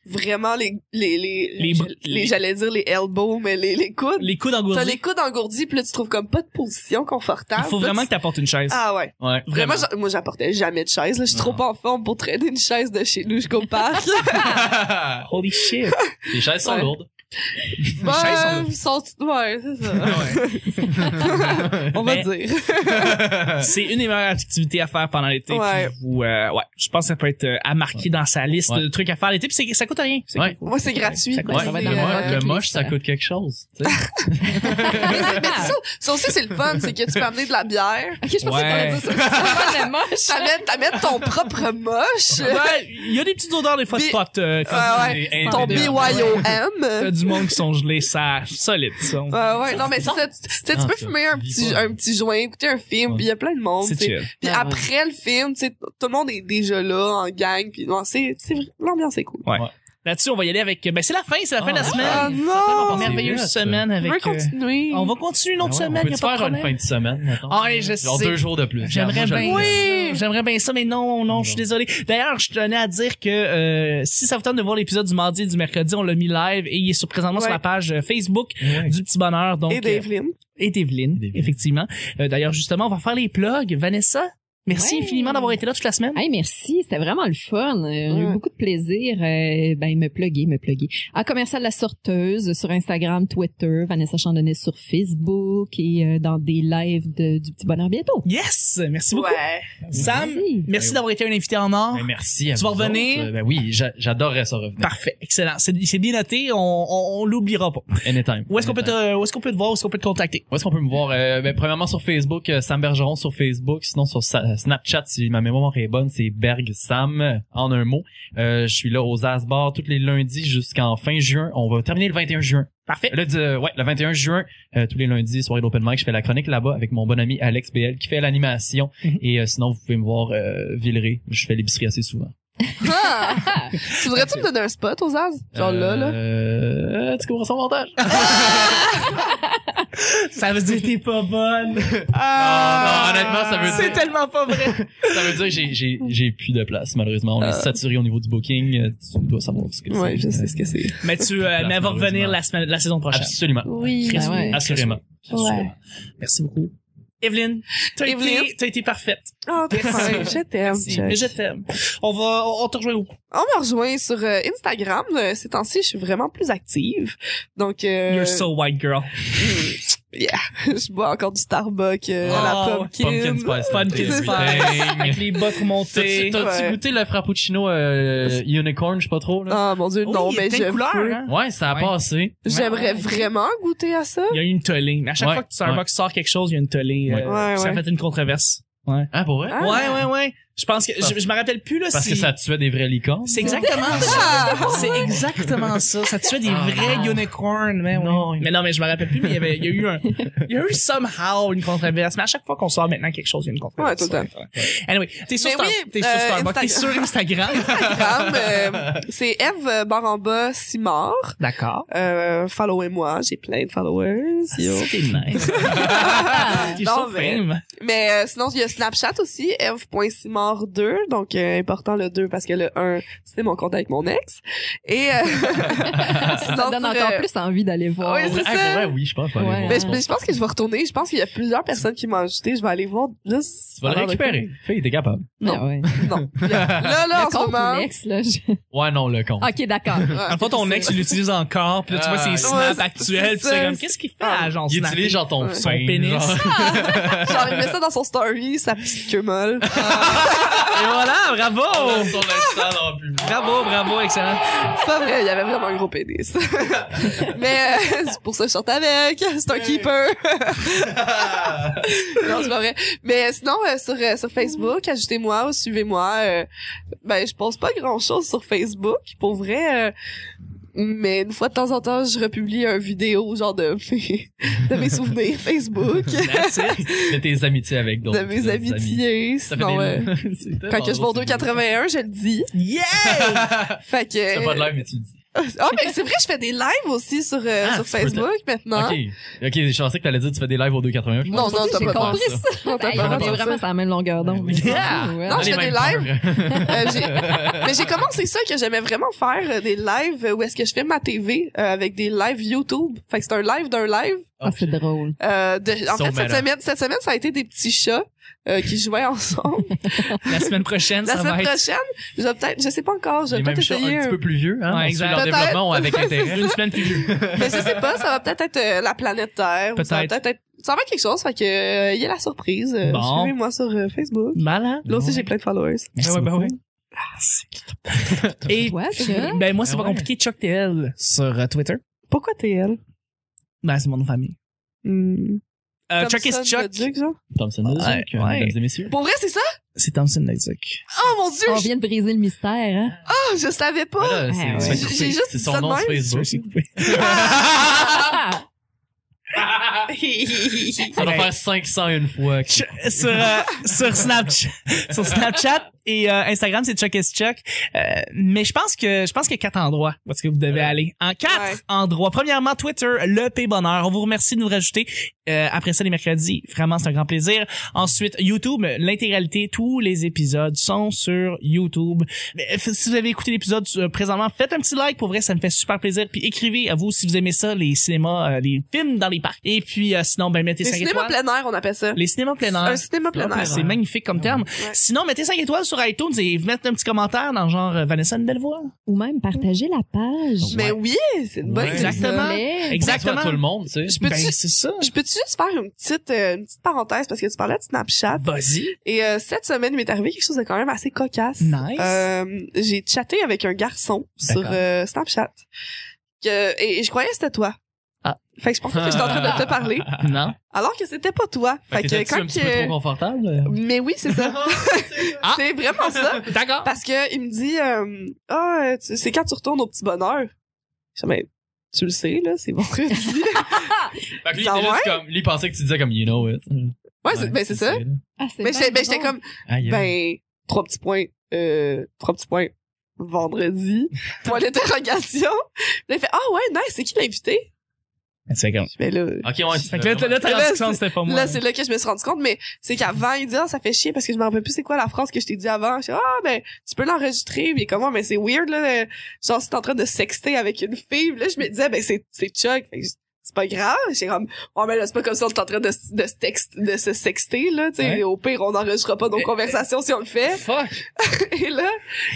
Speaker 1: vraiment les, les, les,
Speaker 3: Les br- les-
Speaker 1: j'allais dire les elbows, mais les, les coudes.
Speaker 3: Les coups
Speaker 1: T'as
Speaker 3: d'engourdis.
Speaker 1: les coudes engourdis, puis là, tu trouves comme pas de position confortable.
Speaker 3: Il faut
Speaker 1: Là,
Speaker 3: vraiment
Speaker 1: tu-
Speaker 3: que t'apportes une chaise.
Speaker 1: Ah ouais.
Speaker 5: Ouais.
Speaker 3: Vraiment.
Speaker 1: Vraiment, j'a- moi, j'apportais jamais de chaise. Là. Je suis
Speaker 5: Non.
Speaker 1: trop pas en forme pour traîner une chaise de chez nous jusqu'au parc.
Speaker 3: Holy shit.
Speaker 5: Les chaises sont
Speaker 1: Ouais.
Speaker 5: lourdes.
Speaker 1: Ouais,
Speaker 3: chaises sont là.
Speaker 1: ils sont toutes- Ouais, c'est
Speaker 5: Ah
Speaker 1: ça. On va
Speaker 3: Mais-
Speaker 1: dire.
Speaker 3: C'est une des meilleures activités à faire pendant l'été.
Speaker 1: Ouais.
Speaker 3: puis vous, euh, ouais. Je pense que ça peut être euh, à marquer dans sa liste
Speaker 5: Ouais.
Speaker 3: de trucs à faire l'été. Puis c'est- ça coûte rien. C'est-
Speaker 5: Ouais.
Speaker 1: Moi, c'est gratuit.
Speaker 3: Ça coûte-
Speaker 5: Ouais,
Speaker 1: C'est,
Speaker 4: va
Speaker 5: mais
Speaker 4: être dans
Speaker 1: euh,
Speaker 4: le
Speaker 5: moi,
Speaker 4: bucket
Speaker 5: le
Speaker 4: list,
Speaker 5: moche, ça
Speaker 4: ça.
Speaker 5: coûte quelque chose. tu sais.
Speaker 1: Mais, c'est- mais c'est ça, ça aussi, c'est le fun. C'est que tu peux amener de la bière.
Speaker 4: Ah! Ok, je pensais
Speaker 3: Ouais.
Speaker 4: qu'on disait ça. moche.
Speaker 1: T'amènes, t'amènes ton propre moche.
Speaker 3: Ah, Ouais, Il y a des petites odeurs des fois de
Speaker 1: Bi-
Speaker 3: potes. euh,
Speaker 1: Ouais, ouais.
Speaker 5: C'est
Speaker 1: Ton
Speaker 5: indéniable.
Speaker 1: BYOM.
Speaker 3: T'as
Speaker 1: euh,
Speaker 3: du du monde qui sont gelés, ça solide, ça.
Speaker 1: Ouais, ouais, non, mais c'est ça. Tu tu sais, tu
Speaker 5: Ah,
Speaker 1: peux
Speaker 5: ça,
Speaker 1: fumer un
Speaker 5: tu vis
Speaker 1: petit,
Speaker 5: pas.
Speaker 1: un petit joint, écouter un film,
Speaker 5: Ouais.
Speaker 1: puis il y a plein de monde, tu
Speaker 3: C'est
Speaker 1: sais.
Speaker 3: chill.
Speaker 1: Puis
Speaker 5: Ah, ouais.
Speaker 1: après le film, tu sais, t- tout le monde est déjà là, en gang, puis non, c'est, c'est, l'ambiance est cool.
Speaker 3: Là-dessus, on va y aller avec. Ben, c'est la fin, c'est la fin de la
Speaker 5: Ah,
Speaker 3: semaine.
Speaker 1: Ah non!
Speaker 5: tellement pas
Speaker 3: merveilleuse
Speaker 5: C'est vrai, ça.
Speaker 3: semaine
Speaker 1: On veut
Speaker 3: avec. euh,
Speaker 1: continuer.
Speaker 3: on va continuer une autre
Speaker 5: Ah ouais,
Speaker 3: semaine.
Speaker 5: On
Speaker 3: y
Speaker 5: peut
Speaker 3: a
Speaker 5: se
Speaker 3: pas de
Speaker 5: faire une
Speaker 3: problème.
Speaker 5: fin de semaine, mettons.
Speaker 3: Ah, je
Speaker 5: Genre
Speaker 3: sais.
Speaker 5: deux jours de plus.
Speaker 3: J'aimerais
Speaker 5: Moi,
Speaker 3: bien.
Speaker 5: j'aime
Speaker 1: Oui!
Speaker 3: J'aimerais bien ça, mais non, non, je suis
Speaker 5: Non.
Speaker 3: désolé. D'ailleurs, je tenais à dire que euh, si ça vous tente de voir l'épisode du mardi et du mercredi, on l'a mis live et il est sur, présentement sur
Speaker 1: Ouais.
Speaker 3: la page euh, Facebook
Speaker 5: ça. Ouais.
Speaker 3: du Petit Bonheur. Donc,
Speaker 1: Et Dave Lynn.
Speaker 3: euh, et d'Evelyne,
Speaker 5: Mmh. Et d'Evelyne.
Speaker 3: effectivement. Euh, D'ailleurs, justement, on va faire les plugs. Vanessa, merci
Speaker 4: Ouais.
Speaker 3: infiniment d'avoir été là toute la semaine.
Speaker 4: Hey, merci, c'était vraiment le fun. Euh, On a
Speaker 1: Ouais.
Speaker 4: eu beaucoup de plaisir. Euh, ben, me plugger, me plugger. À Commercial La Sorteuse sur Instagram, Twitter, Vanessa Chandonnet sur Facebook et euh, dans des lives de- du Petit Bonheur bientôt.
Speaker 3: Yes! Merci beaucoup.
Speaker 1: Ouais. Um,
Speaker 3: Sam,
Speaker 4: Merci.
Speaker 3: merci d'avoir été un invité en or.
Speaker 5: Ben, merci. à
Speaker 3: Ah. Tu vas
Speaker 5: vous
Speaker 3: revenir?
Speaker 5: autres. Ben oui, j'a- j'adorerais ça revenir.
Speaker 3: Parfait, excellent. C'est c'est bien noté, on, on, on l'oubliera pas.
Speaker 5: Anytime.
Speaker 3: Où est-ce qu'on peut
Speaker 5: Anytime.
Speaker 3: te, où est-ce qu'on peut te voir, où est-ce qu'on peut te contacter?
Speaker 5: Où est-ce qu'on peut me voir? Euh, ben, premièrement sur Facebook, euh, Sam Bergeron sur Facebook, sinon sur Sa- euh, Snapchat, si ma mémoire est bonne, c'est Berg Sam euh, en un mot. Euh, je suis là aux Asbars tous les lundis jusqu'en fin juin. On va terminer le 21 juin.
Speaker 3: Parfait.
Speaker 5: Le, euh, ouais, le 21 juin, euh, tous les lundis, soirée d'open mic, je fais la chronique là-bas avec mon bon ami Alex BL qui fait l'animation.
Speaker 3: Mhm.
Speaker 5: Et euh, sinon, vous pouvez me voir euh, Villeray. Je fais l'épicerie assez souvent.
Speaker 1: Ah! tu voudrais-tu me donner un spot aux As? Genre là, là.
Speaker 5: Euh, tu comprends son montage?
Speaker 3: Ça veut dire que t'es pas bonne.
Speaker 5: Ah, non, honnêtement, ça veut
Speaker 3: C'est
Speaker 5: dire-
Speaker 3: tellement pas vrai.
Speaker 5: Ça veut dire que j'ai- j'ai j'ai plus de place, malheureusement. On est saturé au niveau du booking. Euh, Tu dois savoir ce que c'est.
Speaker 1: Euh. Ouais, je sais ce que c'est.
Speaker 3: Mais tu, euh, mais elle va
Speaker 5: Malheureusement.
Speaker 3: revenir la semaine, la saison prochaine.
Speaker 5: Absolument.
Speaker 4: Oui,
Speaker 3: Chris,
Speaker 4: ben ouais.
Speaker 5: Assurément.
Speaker 1: Ouais.
Speaker 3: Merci beaucoup. Evelyne, Oh, t'as
Speaker 1: Evelyne.
Speaker 3: été, t'as été parfaite.
Speaker 1: Oh, t'es
Speaker 3: Merci.
Speaker 1: fin. Je t'aime.
Speaker 3: Mais
Speaker 1: Chuck.
Speaker 3: je t'aime. On va, on on te rejoint où?
Speaker 1: On me rejoint sur euh, Instagram. Euh, Ces temps-ci, je suis vraiment plus active. Donc, euh,
Speaker 3: You're so white girl.
Speaker 1: yeah. je bois encore du Starbucks euh, à la
Speaker 3: Oh,
Speaker 1: pumpkin.
Speaker 5: Pumpkin Spice.
Speaker 3: Pumpkin
Speaker 5: Latte,
Speaker 1: spice.
Speaker 3: Avec
Speaker 5: everything.
Speaker 3: les bottes
Speaker 5: T'as-tu
Speaker 3: remontées.
Speaker 5: t'as-tu
Speaker 1: Ouais.
Speaker 5: goûté le frappuccino euh, unicorn, je sais pas trop, là?
Speaker 1: Ah, mon Dieu,
Speaker 3: Oui,
Speaker 1: non,
Speaker 3: Oh, il y a
Speaker 1: mais
Speaker 3: plein de
Speaker 1: je
Speaker 3: couleurs,
Speaker 1: veux.
Speaker 3: hein?
Speaker 5: Ouais, ça a
Speaker 3: Ouais.
Speaker 5: passé.
Speaker 1: J'aimerais vraiment goûter à ça.
Speaker 3: Il y a eu une tollée. Mais à chaque
Speaker 5: Ouais,
Speaker 3: fois que Starbucks
Speaker 5: ouais.
Speaker 3: sort quelque chose, il y a une tollée.
Speaker 5: Ouais.
Speaker 3: euh,
Speaker 1: Ouais,
Speaker 3: Ça a
Speaker 1: ouais.
Speaker 3: fait une controverse.
Speaker 5: Ah, pour vrai?
Speaker 1: Ah.
Speaker 3: Ouais, ouais, ouais. Je pense que, je, je me rappelle plus, là,
Speaker 5: Parce
Speaker 3: si...
Speaker 5: que ça tuait des vrais licornes?
Speaker 3: C'est exactement
Speaker 1: Ah
Speaker 3: ça. C'est exactement ça. Ça tuait des vrais unicorns, mais ouais.
Speaker 5: Non, il-
Speaker 3: Mais Ah. non, mais je me rappelle plus, mais il y avait, il y a eu un, il y a eu somehow une controverse. Mais à chaque fois qu'on sort maintenant quelque chose, il y a une
Speaker 1: Ouais,
Speaker 3: controverse.
Speaker 1: tout le temps.
Speaker 3: Anyway, t'es sur,
Speaker 1: Mais
Speaker 3: Star-
Speaker 1: oui,
Speaker 3: t'es sur
Speaker 1: euh,
Speaker 3: Starbucks, t'es
Speaker 1: Instagram.
Speaker 3: sur Instagram.
Speaker 1: Instagram, euh, c'est Eve Baramba Simard.
Speaker 3: D'accord.
Speaker 1: Euh, followez-moi, j'ai plein de followers. yo.
Speaker 3: C'était nice. T'es
Speaker 1: Ah, Non,
Speaker 3: sur
Speaker 1: mais-
Speaker 3: fame.
Speaker 1: Mais euh, sinon, il y a Snapchat aussi, eve.simard2. Donc, euh, important le 2 parce que le 1, c'est mon contact avec mon ex. Et euh,
Speaker 4: Ça me donne encore plus envie d'aller voir.
Speaker 1: Ouais, euh, c'est
Speaker 5: Ah,
Speaker 1: ça.
Speaker 5: pour vrai, oui, je pense.
Speaker 4: Ouais.
Speaker 5: Ouais.
Speaker 1: Mais ben, je, mais je pense que je vais retourner. Je pense qu'il y a plusieurs personnes qui m'ont ajouté. Je vais aller voir. juste-
Speaker 5: Tu vas le récupérer. Fille, t'es capable.
Speaker 1: non.
Speaker 4: Ah ouais.
Speaker 1: Non. Là, là, en
Speaker 4: Le
Speaker 1: ce
Speaker 4: compte ou
Speaker 1: moment.
Speaker 4: l'ex, là, je-
Speaker 5: Ouais, non, le
Speaker 1: Ah,
Speaker 5: con.
Speaker 4: Ok, d'accord.
Speaker 1: ouais,
Speaker 3: En fait, ton ex, il l'utilise encore, puis là, tu vois ses
Speaker 5: Ah,
Speaker 3: snaps
Speaker 1: ouais,
Speaker 3: actuels, puis
Speaker 1: c'est
Speaker 3: c'est
Speaker 1: ça.
Speaker 3: comme, qu'est-ce qu'il fait,
Speaker 1: Ah,
Speaker 3: agent
Speaker 5: Il
Speaker 3: snap?
Speaker 5: utilise genre ton
Speaker 1: Ouais.
Speaker 3: Son pénis.
Speaker 5: genre.
Speaker 1: Genre, il met ça dans son story, sa petite queue molle.
Speaker 3: Et voilà,
Speaker 5: Son
Speaker 3: bravo!
Speaker 5: linge sale en public.
Speaker 3: Bravo, bravo, excellent.
Speaker 1: C'est pas vrai, il y avait vraiment un gros pénis. Mais euh, c'est pour ça que je chante avec. C'est un keeper. non, c'est pas vrai. Mais sinon, euh, sur, euh, sur Facebook, ajoutez-moi ou suivez-moi. euh, ben, je pense pas grand-chose sur Facebook, pour vrai. euh, mais une fois de temps en temps, je republie un vidéo genre de mes, de mes souvenirs Facebook,
Speaker 3: That's it.
Speaker 5: De tes amitiés avec d'autres.
Speaker 1: de mes
Speaker 5: euh, amis.
Speaker 1: amitiés.
Speaker 5: Ça fait
Speaker 1: Sinon, euh,
Speaker 5: des... C'est tellement
Speaker 1: quand que je vends
Speaker 5: drôle,
Speaker 1: 2,81, je le dis.
Speaker 3: Yeah!
Speaker 1: Fait que...
Speaker 5: C'est pas de l'air, mais tu le dis.
Speaker 1: Ah, mais c'est vrai, je fais des lives aussi sur, euh,
Speaker 5: Ah,
Speaker 1: sur
Speaker 5: tu peux le-
Speaker 1: Facebook maintenant.
Speaker 5: Ok, ok, je pensais que t'allais dire que tu fais des lives au 2,81.
Speaker 1: Non, non, t'as
Speaker 4: J'ai
Speaker 1: pas
Speaker 4: compris
Speaker 5: pensé.
Speaker 4: ça.
Speaker 1: Non, t'as
Speaker 4: Hey,
Speaker 1: pas
Speaker 4: on est
Speaker 1: raison.
Speaker 4: vraiment sur la même longueur d'onde. Ah,
Speaker 3: Yeah.
Speaker 4: Ouais.
Speaker 1: Non,
Speaker 5: On
Speaker 1: je
Speaker 5: est
Speaker 1: fais des
Speaker 5: même peur.
Speaker 1: Euh, j'ai- mais j'ai commencé ça que j'aimais vraiment faire euh, des lives euh, où est-ce que je fais ma TV euh, avec des lives YouTube. Fait que c'est un live d'un live.
Speaker 4: Ah, c'est drôle.
Speaker 1: Euh, de- en
Speaker 5: So
Speaker 1: fait, cette
Speaker 5: meta.
Speaker 1: semaine, cette semaine, ça a été des petits chats euh, qui jouaient ensemble.
Speaker 3: La semaine prochaine,
Speaker 1: La
Speaker 3: ça
Speaker 1: semaine
Speaker 3: va être
Speaker 1: prochaine, je vais peut-être, je sais pas encore, je vais
Speaker 5: Les mêmes
Speaker 1: peut-être
Speaker 5: chats
Speaker 1: essayer.
Speaker 5: un petit
Speaker 1: un-
Speaker 5: peu plus vieux, hein. on
Speaker 3: Ouais,
Speaker 5: suit
Speaker 3: exact.
Speaker 5: leur
Speaker 1: Peut-être.
Speaker 5: développement avec intérêt.
Speaker 3: une semaine plus vieux.
Speaker 1: Mais je sais pas, ça va peut-être être, euh, la planète Terre. ou Ça va
Speaker 3: Peut-être.
Speaker 1: peut-être être, ça va être quelque chose. Fait que, euh, il y a la surprise. Euh,
Speaker 3: Bon.
Speaker 1: Suivez-moi sur euh, Facebook.
Speaker 3: Malin.
Speaker 1: Là aussi, j'ai plein de followers.
Speaker 3: Ben ouais, ben ouais. Et
Speaker 4: Toi, Chuck?
Speaker 3: ben moi, c'est
Speaker 5: Ben
Speaker 3: pas
Speaker 5: ouais.
Speaker 3: compliqué. Chuck TL sur euh, Twitter.
Speaker 1: Pourquoi t'es elle?
Speaker 3: Ben, c'est mon nom de famille.
Speaker 1: Hmm.
Speaker 3: Euh, Chuck is
Speaker 1: Thompson
Speaker 3: Chuck.
Speaker 1: le Duc, genre.
Speaker 5: Thompson Nelson,
Speaker 3: Ouais,
Speaker 5: que-
Speaker 3: ouais.
Speaker 5: mesdames et messieurs.
Speaker 1: Pour vrai, c'est ça?
Speaker 3: C'est Thompson le Duc.
Speaker 1: Oh mon dieu!
Speaker 4: On
Speaker 1: Je,
Speaker 4: vient de briser le mystère, hein?
Speaker 1: oh, je savais pas!
Speaker 5: Voilà, c'est-
Speaker 4: Ah, ouais.
Speaker 5: c'est
Speaker 1: J'ai
Speaker 5: coupé.
Speaker 1: juste
Speaker 5: C'est
Speaker 1: dit
Speaker 5: son
Speaker 1: ça de
Speaker 5: nom sur
Speaker 1: même.
Speaker 5: Facebook.
Speaker 3: C'est coupé.
Speaker 1: Ah!
Speaker 5: Ça va faire 500 une fois.
Speaker 3: Ch- sur, euh, sur Snapchat, sur Snapchat et euh, Instagram, c'est Chuck is Chuck. Euh, mais je pense que je pense qu'il y a quatre endroits parce que vous devez aller. En quatre
Speaker 1: Ouais.
Speaker 3: endroits. Premièrement, Twitter, le P Bonheur. On vous remercie de nous rajouter. Euh, après ça, les mercredis, vraiment, c'est un grand plaisir. Ensuite, YouTube, l'intégralité, tous les épisodes sont sur YouTube. Mais, f- Si vous avez écouté l'épisode euh, présentement, faites un petit like pour vrai, ça me fait super plaisir. Puis écrivez à vous si vous aimez ça, les cinémas, euh, les films dans les parcs. Et puis euh, sinon, ben mettez
Speaker 1: Les
Speaker 3: 5
Speaker 1: cinémas
Speaker 3: étoiles.
Speaker 1: plein air, on appelle ça.
Speaker 3: Les cinémas plein air.
Speaker 1: Un cinéma plein air.
Speaker 3: C'est magnifique comme terme.
Speaker 1: Ouais.
Speaker 3: Sinon, mettez 5 étoiles sur iTunes et mettez un petit commentaire dans genre euh, Vanessa une belle voix.
Speaker 4: Ou même partager la page.
Speaker 1: Mais oui, c'est une bonne
Speaker 5: Ouais.
Speaker 1: idée, ça.
Speaker 3: Exactement.
Speaker 4: Mais-
Speaker 3: Exactement.
Speaker 5: Bonsoir à tout le monde, tu sais.
Speaker 1: Je peux-tu
Speaker 3: Ben, c'est ça.
Speaker 1: je peux-tu juste faire une petite, euh, une petite parenthèse parce que tu parlais de Snapchat?
Speaker 3: Vas-y.
Speaker 1: Et euh, cette semaine, il m'est arrivé quelque chose de quand même assez cocasse.
Speaker 3: Nice.
Speaker 1: Euh, j'ai chatté avec un garçon sur
Speaker 3: D'accord.
Speaker 1: euh, Snapchat. Que, et, et je croyais que c'était toi.
Speaker 3: Ah.
Speaker 1: Fait que je pensais que j'étais en train de te parler.
Speaker 3: Non.
Speaker 1: Alors que c'était pas toi. Fait, que
Speaker 5: T'étais-tu
Speaker 1: quand
Speaker 5: un petit peu
Speaker 1: que-
Speaker 5: trop
Speaker 3: euh.
Speaker 5: confortable?
Speaker 1: Mais oui, c'est ça.
Speaker 3: Ah.
Speaker 1: C'est vraiment ça.
Speaker 3: D'accord.
Speaker 1: Parce que il me dit, euh, ah, euh, tu- c'est quand tu retournes au petit bonheur. Je dis, mais tu le sais, là, c'est vendredi.
Speaker 5: Fait que lui, il
Speaker 1: Ah
Speaker 5: était juste comme, lui, il pensait que tu disais comme, you know it.
Speaker 1: ouais, c'est- ben, c'est ça.
Speaker 4: Ah, c'est
Speaker 1: Mais
Speaker 4: bien
Speaker 1: j'étais ben,
Speaker 4: drôle.
Speaker 1: j'étais comme,
Speaker 5: Aïe, aïe.
Speaker 1: ben, trois petits points, euh, trois petits points, vendredi, point d'interrogation. Là, il fait, ah ouais, nice, c'est qui l'invité?
Speaker 3: C'est comme.
Speaker 1: Je fais là,
Speaker 5: Ok, ouais.
Speaker 3: Fait que là, t'as- là, t'as
Speaker 1: Là,
Speaker 3: rendu compte
Speaker 1: c'est-
Speaker 3: que c'était pas moi.
Speaker 1: là, c'est là que je me suis rendu compte, mais c'est qu'avant, il dit, ah, ça fait chier parce que je me rappelle plus c'est quoi la phrase que je t'ai dit avant. Je dis, ah, ben, tu peux l'enregistrer, mais comment, mais c'est weird, là, euh, genre, si t'es en train de sexter avec une fille, là, je me disais, ben, c'est, c'est Chuck. Fait que je- c'est pas grave. J'ai comme, oh, mais là, c'est pas comme ça, on est en train de, s- de, se text- de se sexter, là, tu sais.
Speaker 5: Ouais.
Speaker 1: Au pire, on n'enregistrera pas nos conversations si on le fait.
Speaker 5: Fuck!
Speaker 1: Et là,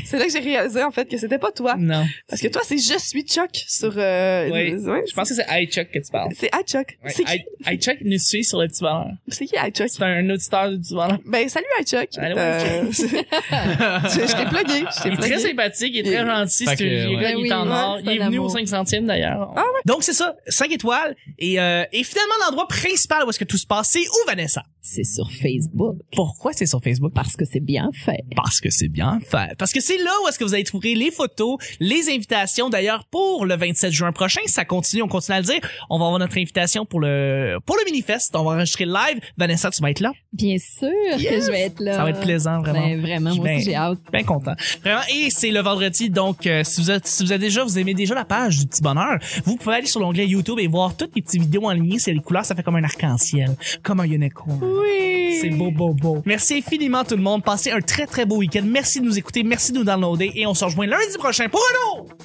Speaker 1: c'est là que j'ai réalisé, en fait, que c'était pas toi.
Speaker 3: Non.
Speaker 1: Parce que toi, c'est je suis Chuck sur, euh,
Speaker 3: Ouais.
Speaker 1: ouais,
Speaker 3: Je pense que c'est iChuck que tu parles.
Speaker 1: c'est I Chuck.
Speaker 3: Ouais,
Speaker 1: C'est qui,
Speaker 3: I- iChuck nous suit sur le petit bonheur.
Speaker 1: c'est qui I Chuck?
Speaker 3: C'est un auditeur du petit bonheur.
Speaker 1: Ben, salut à Chuck.
Speaker 3: Allô,
Speaker 1: Euh, je, je t'ai plugué. Je
Speaker 3: Il
Speaker 1: t'ai
Speaker 3: est très
Speaker 1: plugué.
Speaker 3: sympathique, il est
Speaker 1: Ah, Il-
Speaker 3: très gentil,
Speaker 5: Fait
Speaker 3: c'est
Speaker 5: que,
Speaker 3: un vieux
Speaker 5: ouais.
Speaker 3: gars, il est en
Speaker 4: Ben oui,
Speaker 3: or.
Speaker 4: ouais,
Speaker 3: Il
Speaker 4: c'est
Speaker 3: est
Speaker 4: un
Speaker 3: venu
Speaker 4: amour.
Speaker 3: au 5 centimes d'ailleurs. Donc c'est ça, 5 étoiles et, euh, et finalement l'endroit principal où est-ce que tout se passe, c'est où Vanessa?
Speaker 4: C'est sur Facebook.
Speaker 3: Pourquoi c'est sur Facebook? Bah,
Speaker 4: Parce que c'est bien fait.
Speaker 3: Parce que c'est bien fait. Parce que c'est là où est-ce que vous allez trouver les photos, les invitations. D'ailleurs, pour le 27 juin prochain, ça continue, on continue à le dire. On va avoir notre invitation pour le, pour le mini-fest. On va enregistrer live. Vanessa, tu vas être là.
Speaker 4: Bien sûr que je vais être là.
Speaker 3: Ça va être plaisant, vraiment.
Speaker 4: Ben, vraiment, moi
Speaker 3: Ben,
Speaker 4: aussi, j'ai hâte.
Speaker 3: Bien content. Vraiment. Et c'est le vendredi. Donc, euh, si vous êtes, si vous êtes déjà, vous aimez déjà la page du petit bonheur, vous pouvez aller sur l'onglet YouTube et voir toutes les petites vidéos en ligne. C'est les couleurs, ça fait comme un arc-en-ciel. Comme un unicorn.
Speaker 1: Oui.
Speaker 3: C'est beau, beau, beau. Merci infiniment tout le monde. Passez un très, très beau week-end. Merci de nous écouter. Merci de nous downloader. Et on se rejoint lundi prochain pour un autre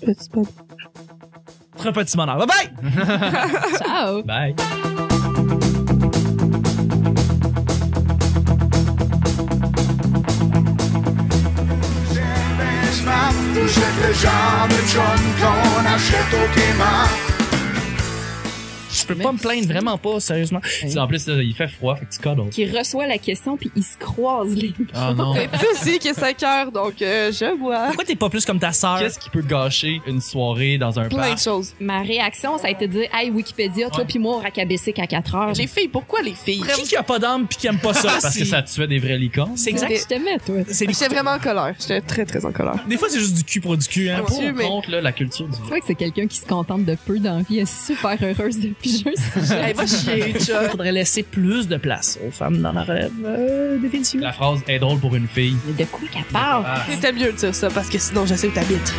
Speaker 1: Petit bonheur.
Speaker 3: très petit bonheur. Bye bye!
Speaker 4: Ciao!
Speaker 5: Bye.
Speaker 6: Map, vous êtes le genre de chum qu'on achète au Kmart.
Speaker 3: Je peux pas me plaindre, vraiment pas, sérieusement.
Speaker 5: Tu sais, En plus, là, il fait froid, fait que tu cuddles.
Speaker 4: qui reçoit la question puis il se croise les
Speaker 5: Ah non.
Speaker 1: C'est tout aussi qui est 5 heures, donc euh, je vois
Speaker 3: Pourquoi t'es pas plus comme ta sœur?
Speaker 5: Qu'est-ce qui peut gâcher une soirée dans un
Speaker 3: Ah.
Speaker 1: plein de
Speaker 5: parc?
Speaker 1: choses.
Speaker 4: Ma réaction, ça a été de dire Hey, Wikipédia, toi
Speaker 5: Ouais.
Speaker 4: puis moi, on racabessic à 4 heures.
Speaker 1: Les filles, pourquoi les filles?
Speaker 3: Qui qui a pas d'âme pis qui aime pas ça?
Speaker 5: Ah, Parce que ça tuait des vrais licornes.
Speaker 3: C'est
Speaker 4: Exact.
Speaker 3: exact.
Speaker 4: Je t'aimais, toi.
Speaker 3: C'est des-
Speaker 1: J'étais vraiment en colère. J'étais très, très en colère.
Speaker 3: Des fois, c'est juste du cul pour du cul, hein.
Speaker 5: Pour
Speaker 1: Dieu, mais-
Speaker 5: contre, là, la culture du
Speaker 4: C'est vrai que c'est quelqu'un qui se contente de peu d'envie, est super heureuse de piger ce sujet.
Speaker 1: Hey, va chier, Chuck.
Speaker 3: faudrait laisser plus de place aux femmes dans la rêve, euh, définitivement.
Speaker 5: La phrase est drôle pour une fille.
Speaker 1: Ah.
Speaker 4: Mais de quoi qu'elle parle?
Speaker 1: C'était mieux de dire ça, parce que sinon, je sais où t'habites.